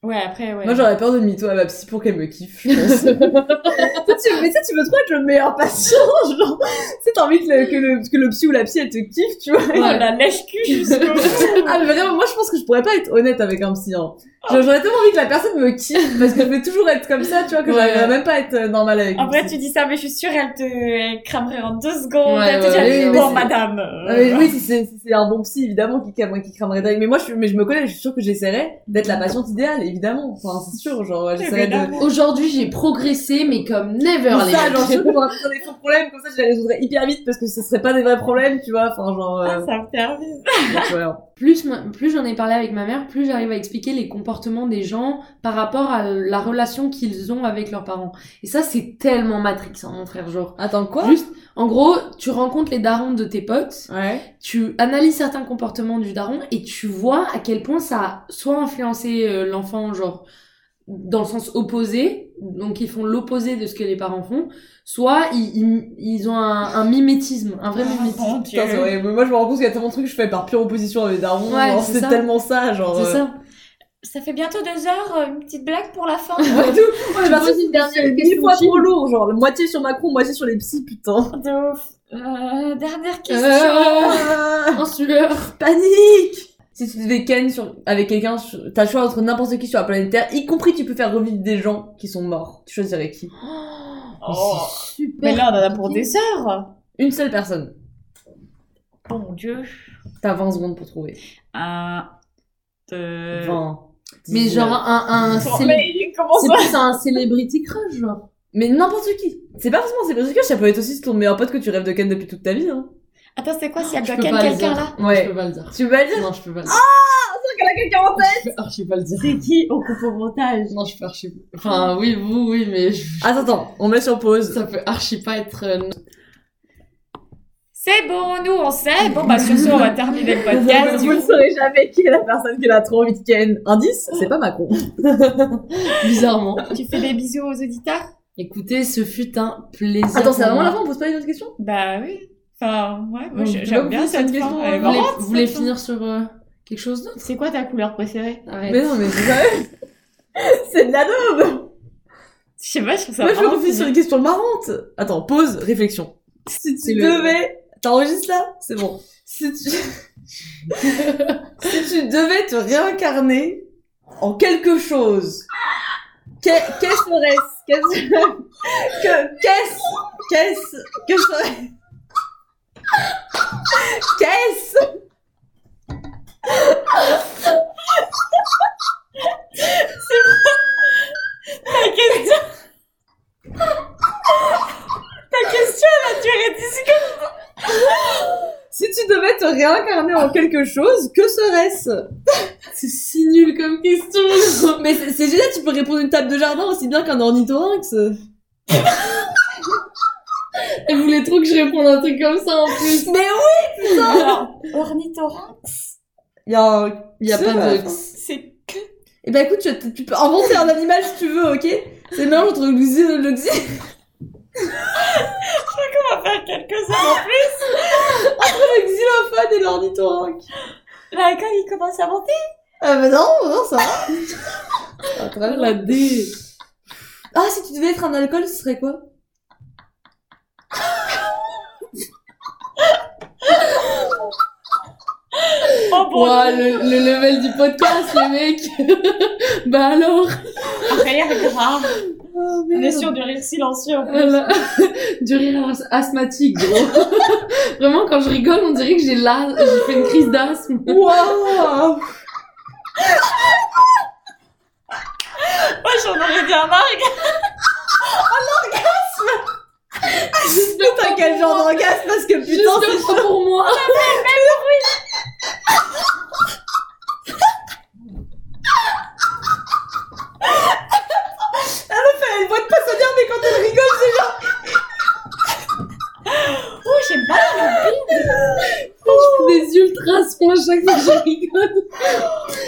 Speaker 1: Ouais, après, ouais.
Speaker 3: Moi, j'aurais peur de mytho à ma psy pour qu'elle me kiffe, je pense. Toi, tu- mais tu sais, tu veux trop être le meilleur patient, genre. Tu sais, t'as envie que le, que, le, que le psy ou la psy, elle te kiffe, tu vois.
Speaker 1: Oh, la lèche-cul jusqu'au bout.
Speaker 3: Ah, mais vraiment, moi, je pense que je pourrais pas être honnête avec un psy, hein.
Speaker 1: Ah.
Speaker 3: Genre, J'aurais tellement envie que la personne me kiffe, parce que je vais toujours être comme ça, tu vois, que
Speaker 2: Ouais.
Speaker 3: j'arriverais même pas à être euh, normale avec
Speaker 1: En
Speaker 3: une
Speaker 1: vrai,
Speaker 3: psy.
Speaker 1: tu dis ça, mais je suis sûre, elle te elle cramerait en deux secondes.
Speaker 2: Ouais,
Speaker 1: elle te
Speaker 2: ouais,
Speaker 1: dirait,
Speaker 3: oui, mais
Speaker 1: bon,
Speaker 3: c'est-
Speaker 1: madame.
Speaker 3: Ah, mais oui, si c'est si c'est un bon psy, évidemment, qui, cramerait- qui cramerait dingue. Mais moi, je, suis- mais je me connais, je suis sûre que j'essaierais d'être la patiente idéale, évidemment. Enfin, c'est sûr, genre, j'essaierais de,
Speaker 1: Évidemment.
Speaker 2: Aujourd'hui j'ai progressé, mais comme never
Speaker 3: Mais
Speaker 2: les
Speaker 3: ça,
Speaker 2: mecs.
Speaker 3: genre, je trouve que j'aurais pas des faux problèmes, comme ça, je les résoudrais hyper vite, parce que ce serait pas des vrais problèmes, tu vois, enfin, genre,
Speaker 1: Ah,
Speaker 3: euh,
Speaker 1: ça me fait envie.
Speaker 2: Ah,
Speaker 3: donc, voilà.
Speaker 2: Plus, ma- plus j'en ai parlé avec ma mère, plus j'arrive à expliquer les comportements des gens par rapport à la relation qu'ils ont avec leurs parents. Et ça c'est tellement matrixant, mon frère. Genre.
Speaker 3: Attends, quoi?
Speaker 2: Juste, en gros, tu rencontres les darons de tes potes.
Speaker 3: Ouais.
Speaker 2: tu analyses certains comportements du daron et tu vois à quel point ça a soit influencé euh, l'enfant, genre dans le sens opposé, donc ils font l'opposé de ce que les parents font, soit ils, ils, ils ont un, un mimétisme, un vrai
Speaker 1: Oh,
Speaker 2: mimétisme.
Speaker 1: mon
Speaker 3: Putain, c'est
Speaker 1: Dieu.
Speaker 3: vrai. Mais moi, je me rends compte qu'il y a tellement de trucs que je fais par pure opposition avec Darwin.
Speaker 2: Ouais,
Speaker 3: genre,
Speaker 2: c'est
Speaker 3: c'est
Speaker 2: ça.
Speaker 3: tellement ça, genre.
Speaker 2: C'est
Speaker 3: euh,
Speaker 2: ça.
Speaker 1: Ça fait bientôt deux heures, euh, une petite blague pour la fin.
Speaker 3: Ouais, de ouf. Moi, j'ai l'impression
Speaker 2: une dernière
Speaker 3: que c'est mille fois trop lourd, genre, la moitié sur Macron, moitié sur les psys, putain.
Speaker 1: De ouf. Euh, dernière question.
Speaker 3: Ah,
Speaker 2: En sueur.
Speaker 3: Panique! Si tu devais ken sur, avec quelqu'un, sur- t'as le choix entre n'importe qui sur la planète Terre, y compris tu peux faire revivre des gens qui sont morts. Tu choisirais qui?
Speaker 1: Oh.
Speaker 2: C'est super.
Speaker 1: Mais là, on en a pour des heures.
Speaker 3: Une seule personne.
Speaker 1: Bon Dieu.
Speaker 3: T'as 20 secondes pour trouver.
Speaker 1: Un, deux.
Speaker 3: 20.
Speaker 2: Mais genre un, un
Speaker 1: Bon,
Speaker 2: célé-
Speaker 1: mais comment
Speaker 3: Oh,
Speaker 2: c'est
Speaker 1: ça
Speaker 2: plus un celebrity crush, genre.
Speaker 3: Mais n'importe qui. C'est pas forcément c'est parce que ça peut être aussi ton meilleur pote que tu rêves de ken depuis toute ta vie. Hein.
Speaker 1: Attends, c'est quoi s'il y a
Speaker 2: Je
Speaker 1: bien
Speaker 2: peux pas le
Speaker 1: quelqu'un
Speaker 2: dire.
Speaker 1: là
Speaker 2: Non,
Speaker 3: Ouais.
Speaker 2: je peux pas le dire.
Speaker 3: Tu vas le dire
Speaker 2: Non, je peux pas le dire.
Speaker 3: qu'elle a quelqu'un en
Speaker 2: je peux archi pas le dire.
Speaker 1: Ah, C'est qui au coupe au montage
Speaker 2: Non, je peux archi. Enfin, oui, vous, oui, mais je-
Speaker 3: Attends, attends, on me laisse sur pause.
Speaker 2: ça peut archi pas être. euh,
Speaker 1: C'est bon, nous on sait. Bon, bah sur ce, on va terminer le podcast.
Speaker 3: Vous ne saurez jamais qui est la personne qu'elle a trop envie de ken. Indice, c'est pas Macron.
Speaker 2: Bizarrement.
Speaker 1: tu fais des bisous aux auditeurs
Speaker 2: Écoutez, ce fut un plaisir.
Speaker 3: Attends, c'est
Speaker 2: pour
Speaker 3: vraiment
Speaker 2: moi.
Speaker 3: la fin, on pose pas une autre question
Speaker 1: Bah oui. Enfin, ouais, moi
Speaker 3: Donc,
Speaker 1: je-
Speaker 3: donc,
Speaker 1: j'aime bien
Speaker 3: vous, c'est une
Speaker 1: cette
Speaker 3: question,
Speaker 1: question. Elle est
Speaker 2: Vous voulez,
Speaker 1: marrante,
Speaker 2: vous voulez
Speaker 1: cette
Speaker 2: finir sur euh, quelque chose d'autre
Speaker 1: fin. C'est quoi ta couleur préférée
Speaker 2: Arrête.
Speaker 3: Mais non, mais c'est vrai. C'est de la daube
Speaker 1: Je sais pas, je trouve ça
Speaker 3: Moi, je me
Speaker 1: marrant.
Speaker 3: confie sur une question marrante. Attends, pause, réflexion. Si
Speaker 2: C'est
Speaker 3: tu
Speaker 2: le-
Speaker 3: devais... T'enregistres là C'est bon. Si tu... si tu devais te réincarner en quelque chose, que- qu'est-ce serait-ce Qu'est-ce que... Qu'est-ce Qu'est-ce que serait Qu'est-ce
Speaker 1: Ta question Ta question, elle a duré 10 secondes.
Speaker 3: Si tu devais te réincarner en quelque chose, que serait-ce
Speaker 2: c'est si nul comme question.
Speaker 3: Mais c'est c'est génial, tu peux répondre une table de jardin aussi bien qu'un ornithorynx.
Speaker 2: Elle voulait trop que je réponde à un truc comme ça en plus.
Speaker 3: Mais oui
Speaker 1: Alors, ornithorynx,
Speaker 3: Il y a, un-
Speaker 2: Il y a
Speaker 3: c'est
Speaker 2: pas
Speaker 3: vrai.
Speaker 2: de.
Speaker 1: c'est que...
Speaker 3: Eh ben écoute, tu, tu peux inventer un animal si tu veux, ok C'est le mélange entre le xy et le xy.
Speaker 1: On va faire quelques-uns en plus.
Speaker 3: Le xylophone et l'ornithorynx.
Speaker 1: Bah, quand il commence à monter.
Speaker 3: Ah bah non, non, ça va. Ah, quand même.
Speaker 2: La D.
Speaker 3: Ah, si tu devais être un alcool, ce serait quoi
Speaker 1: Oh bon
Speaker 2: Ouah, le, le level du podcast, les mecs. bah alors.
Speaker 1: Ah, rire grave.
Speaker 3: oh,
Speaker 1: On est sur du rire silencieux. en plus.
Speaker 2: Voilà. du rire as- asthmatique, gros. Vraiment, quand je rigole, on dirait que j'ai l'as, j'ai fait une crise d'asthme.
Speaker 3: Waouh
Speaker 1: Moi, j'en aurais dit un marque.
Speaker 2: Juste
Speaker 3: T'as quel genre d'orgasme Parce que
Speaker 2: Juste
Speaker 3: putain, c'est...
Speaker 2: le temps pour moi.
Speaker 3: Elle voit de dire mais quand elle rigole, c'est genre...
Speaker 1: Oh, j'ai pas.
Speaker 2: Des ultrasons à chaque fois que je rigole.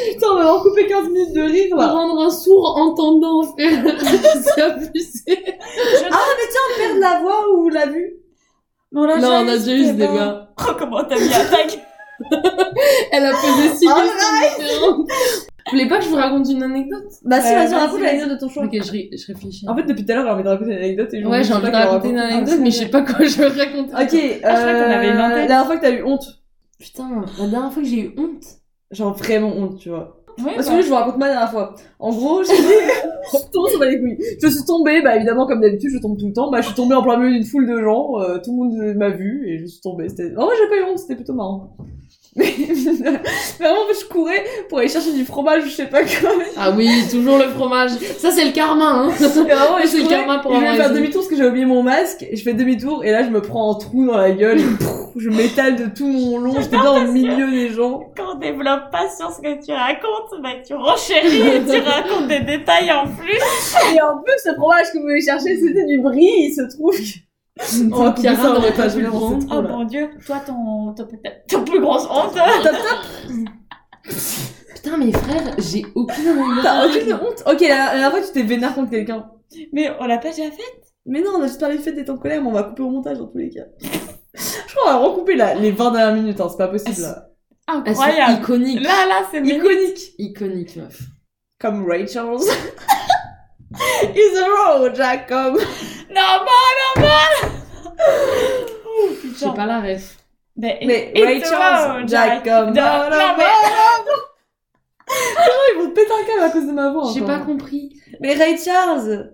Speaker 3: Putain, on va leur couper 15 minutes de rire,
Speaker 2: Pour
Speaker 3: là
Speaker 2: rendre un sourd entendant, frère. C'est abusé.
Speaker 3: Ah, mais tiens, perdre la voix ou la vue
Speaker 1: Non, là,
Speaker 2: Non, on a déjà eu ce débat.
Speaker 1: Oh, comment t'as mis un tag
Speaker 2: Elle a fait des signes
Speaker 3: Oh,
Speaker 2: différents. Vous voulez pas que je vous raconte une anecdote
Speaker 3: Bah si,
Speaker 1: Euh,
Speaker 3: vas-y,
Speaker 1: vas-y,
Speaker 3: raconte
Speaker 1: vas-y.
Speaker 3: l'anecdote de ton choix.
Speaker 2: Ok, je, ré- je réfléchis.
Speaker 3: En fait, depuis tout à l'heure, j'ai envie de raconter une anecdote et je
Speaker 2: ouais,
Speaker 3: me
Speaker 2: j'ai
Speaker 3: dis
Speaker 2: envie
Speaker 3: pas
Speaker 2: de
Speaker 3: qu'elle
Speaker 2: raconter une
Speaker 3: raconte.
Speaker 2: anecdote, mais je sais pas quoi je vais raconter.
Speaker 3: Ok, euh,
Speaker 1: Ah, je crois qu'on avait une en tête.
Speaker 3: la dernière fois que t'as eu honte,
Speaker 2: Putain, la dernière fois que j'ai eu honte.
Speaker 3: genre vraiment honte, tu vois.
Speaker 1: Ouais, bah.
Speaker 3: Parce que oui, je vous raconte ma dernière fois. En gros, j'étais... Tout ça va les couilles. Je suis tombée, bah évidemment, comme d'habitude, je tombe tout le temps. Bah, je suis tombée en plein milieu d'une foule de gens, euh, tout le monde m'a vue et je suis tombée. C'était... En vrai, j'ai pas eu honte, c'était plutôt marrant. Mais vraiment, je courais pour aller chercher du fromage, je sais pas quoi.
Speaker 2: Ah oui, toujours le fromage. Ça, c'est le karma, hein.
Speaker 3: Et vraiment,
Speaker 2: C'est le
Speaker 3: courais,
Speaker 2: karma pour
Speaker 3: Je
Speaker 2: avoir
Speaker 3: vais faire
Speaker 2: raison.
Speaker 3: demi-tour parce que j'ai oublié mon masque. et Je fais demi-tour et là je me prends un trou dans la gueule. Et pff, je m'étale de tout mon long. J'étais bien au milieu des gens.
Speaker 1: Quand on développe pas sur ce que tu racontes, bah, tu renchéris et tu racontes des détails en plus.
Speaker 3: Et en plus, ce fromage que vous voulez chercher, c'était du brie. Il se trouve. que-
Speaker 2: Oh,
Speaker 3: On va couper
Speaker 2: Chiara
Speaker 3: ça, on
Speaker 2: n'aurait
Speaker 3: va
Speaker 2: pas
Speaker 3: pas
Speaker 2: dû le
Speaker 3: dans
Speaker 2: prendre.
Speaker 3: ce
Speaker 1: Oh,
Speaker 3: trou là.
Speaker 1: mon Dieu. Toi, ton, ton, ton plus grosse honte.
Speaker 3: Top top.
Speaker 2: Putain, mais frère, j'ai aucune anecdote.
Speaker 3: T'as aucune honte. Ok, la, la dernière fois tu t'es vénère contre quelqu'un.
Speaker 1: Mais on l'a pas déjà fait.
Speaker 3: Mais non, on a juste parlé de fête des temps de colère, mais on va couper au montage dans tous les cas. Je crois qu'on va recouper là, les 20 dernières minutes, hein, c'est pas possible. là.
Speaker 2: Elles sont
Speaker 1: Incroyable.
Speaker 2: iconiques.
Speaker 1: Là, là, Ah, c'est mignon.
Speaker 3: Iconique.
Speaker 2: Iconiques, meuf.
Speaker 3: Comme Ray Charles. Is a road, Jacob.
Speaker 1: Non, bon, non, bon. Ouh,
Speaker 2: J'ai
Speaker 1: putain. Ben,
Speaker 2: pas la ref.
Speaker 1: Mais,
Speaker 3: Mais
Speaker 1: et- et
Speaker 3: Ray
Speaker 1: toi,
Speaker 3: Charles,
Speaker 1: Jack-
Speaker 3: Jacob.
Speaker 1: Jack- Non, mais-
Speaker 3: ils vont te péter un câble à cause de ma voix.
Speaker 2: J'ai
Speaker 3: encore.
Speaker 2: pas compris.
Speaker 3: Mais Ray Charles,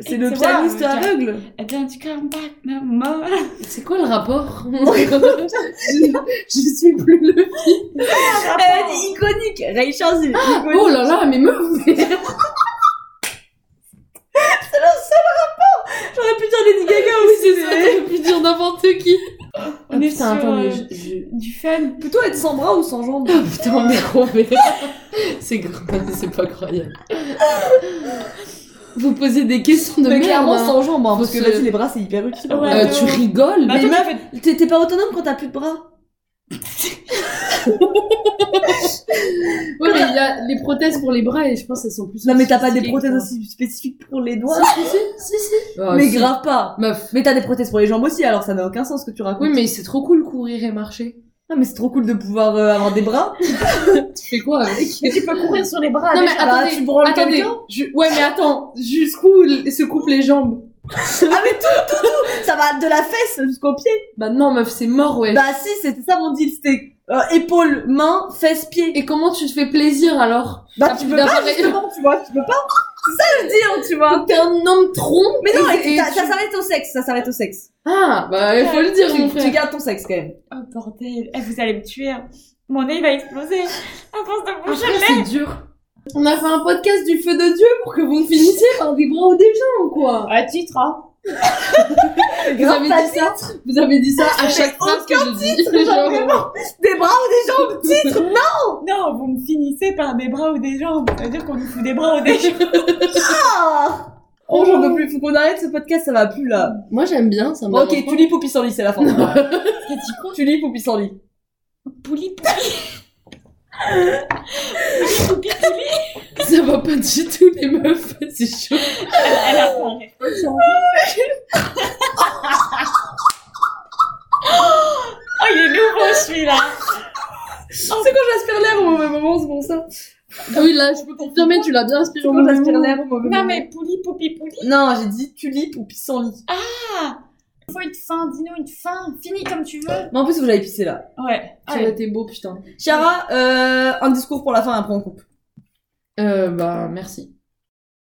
Speaker 3: c'est
Speaker 1: Et
Speaker 3: le
Speaker 1: tu
Speaker 3: pianiste
Speaker 1: vois,
Speaker 3: aveugle.
Speaker 1: Don't you come back no more.
Speaker 2: C'est quoi le rapport je, je suis plus le.
Speaker 1: Ah,
Speaker 3: Elle a dit iconique. Ray Charles, il est iconique.
Speaker 2: Oh là là, mais meuf.
Speaker 3: C'est le seul rapport. J'aurais pu dire Lady Gaga aussi.
Speaker 2: c'est ça, t'aurais pu dire n'importe qui.
Speaker 1: On est sur,
Speaker 2: attends, mais
Speaker 1: euh,
Speaker 2: je- je-
Speaker 1: Du fun.
Speaker 3: Plutôt être sans bras ou sans jambes.
Speaker 2: Ah, putain, mais gros, mais- c'est gr- c'est pas croyable. Vous posez des questions de
Speaker 3: mais
Speaker 2: merde.
Speaker 3: clairement
Speaker 2: hein.
Speaker 3: sans jambes, hein,
Speaker 2: Faut
Speaker 3: parce que
Speaker 2: se-
Speaker 3: vas-y, les bras c'est hyper utile. Euh,
Speaker 1: Ouais.
Speaker 2: Euh, tu rigoles,
Speaker 1: Bah,
Speaker 2: mais
Speaker 1: toi, tu fais-
Speaker 3: T'es t'es pas autonome quand t'as plus de bras.
Speaker 2: Ouais, mais il y a les prothèses pour les bras et je pense qu'elles sont plus.
Speaker 3: Non, mais t'as pas des
Speaker 2: sophistiquées,
Speaker 3: prothèses
Speaker 2: quoi.
Speaker 3: aussi spécifiques pour les doigts.
Speaker 2: Si, si. Ah,
Speaker 3: mais
Speaker 2: si.
Speaker 3: grave pas.
Speaker 2: Meuf.
Speaker 3: Mais t'as des prothèses pour les jambes aussi, alors ça n'a aucun sens ce que tu racontes.
Speaker 2: Oui, mais c'est trop cool courir et marcher.
Speaker 3: Ah, mais c'est trop cool de pouvoir euh, avoir des bras.
Speaker 2: Tu fais quoi avec
Speaker 3: Mais tu peux courir sur les bras.
Speaker 2: Non, mais
Speaker 3: déjà. Bah,
Speaker 2: attendez,
Speaker 3: tu branles
Speaker 2: Attendez.
Speaker 3: quelqu'un.
Speaker 2: je- Ouais, mais attends. Jusqu'où l- se coupent les jambes
Speaker 3: Ah, mais tout, tout, tout. Ça va de la fesse jusqu'au pied.
Speaker 2: Bah non, meuf, c'est mort, ouais.
Speaker 3: Bah si, c'était ça mon deal, c'était euh, épaule, main, fesse, pied.
Speaker 2: Et comment tu te fais plaisir alors
Speaker 3: Bah
Speaker 2: t'as
Speaker 3: tu
Speaker 2: plus
Speaker 3: peux pas
Speaker 2: d'appareil.
Speaker 3: justement, tu vois, tu peux pas. C'est ça le deal, tu vois.
Speaker 2: T'es un homme tronc
Speaker 3: Bah, Mais non,
Speaker 2: et-
Speaker 3: et
Speaker 2: et
Speaker 3: ça,
Speaker 2: tu-
Speaker 3: ça s'arrête au sexe, ça s'arrête au sexe.
Speaker 2: Ah, bah il faut le dire, mon
Speaker 3: Tu, tu
Speaker 2: frère.
Speaker 3: gardes ton sexe quand même.
Speaker 1: Oh bordel, Eh, vous allez me tuer. hein. Mon nez il va exploser. À force de
Speaker 2: Ah,
Speaker 1: bouger.
Speaker 2: frère, c'est dur. On a fait un podcast du feu de Dieu pour que vous me finissiez par des bras ou des jambes, quoi.
Speaker 1: À titre, hein.
Speaker 2: Vous avez
Speaker 3: pas
Speaker 2: dit ça Vous avez dit ça à chaque
Speaker 3: aucun
Speaker 2: phrase que je dis.
Speaker 3: genre,
Speaker 2: Genre,
Speaker 3: vraiment. Des bras ou des jambes, titre, non
Speaker 1: Non, vous me finissez par des bras ou des jambes. Ça veut dire qu'on me fout des bras ou des jambes.
Speaker 3: Oh j'en peux plus, faut qu'on arrête ce podcast, ça va plus là.
Speaker 2: Moi j'aime bien, ça me
Speaker 3: Ok,
Speaker 2: dérange pas.
Speaker 3: Tulip ou Pissenlit, c'est la fin. Tulip ou Pissenlit.
Speaker 1: Pouli, pouli. Pouli, pouli, pouli.
Speaker 2: Ça va pas du tout les meufs, c'est chaud.
Speaker 1: Elle, elle a faim. Oh, il est nouveau celui-là.
Speaker 3: C'est quand j'aspire Ah
Speaker 2: l'as bien inspiré.
Speaker 3: Sur mon aspirateur, mauvais
Speaker 1: Non
Speaker 3: moment.
Speaker 1: mais pouli, poupi, pouli.
Speaker 3: Non, j'ai dit tulipe ou pissenlit.
Speaker 1: Il faut une fin, dis-nous une fin. Finis comme tu veux.
Speaker 3: Mais en plus, vous l'avez pissé là.
Speaker 1: Ouais.
Speaker 2: Ça aurait été Ah, beau, putain.
Speaker 3: Chiara, euh, un discours pour la fin, après on coupe.
Speaker 2: Euh, bah, merci.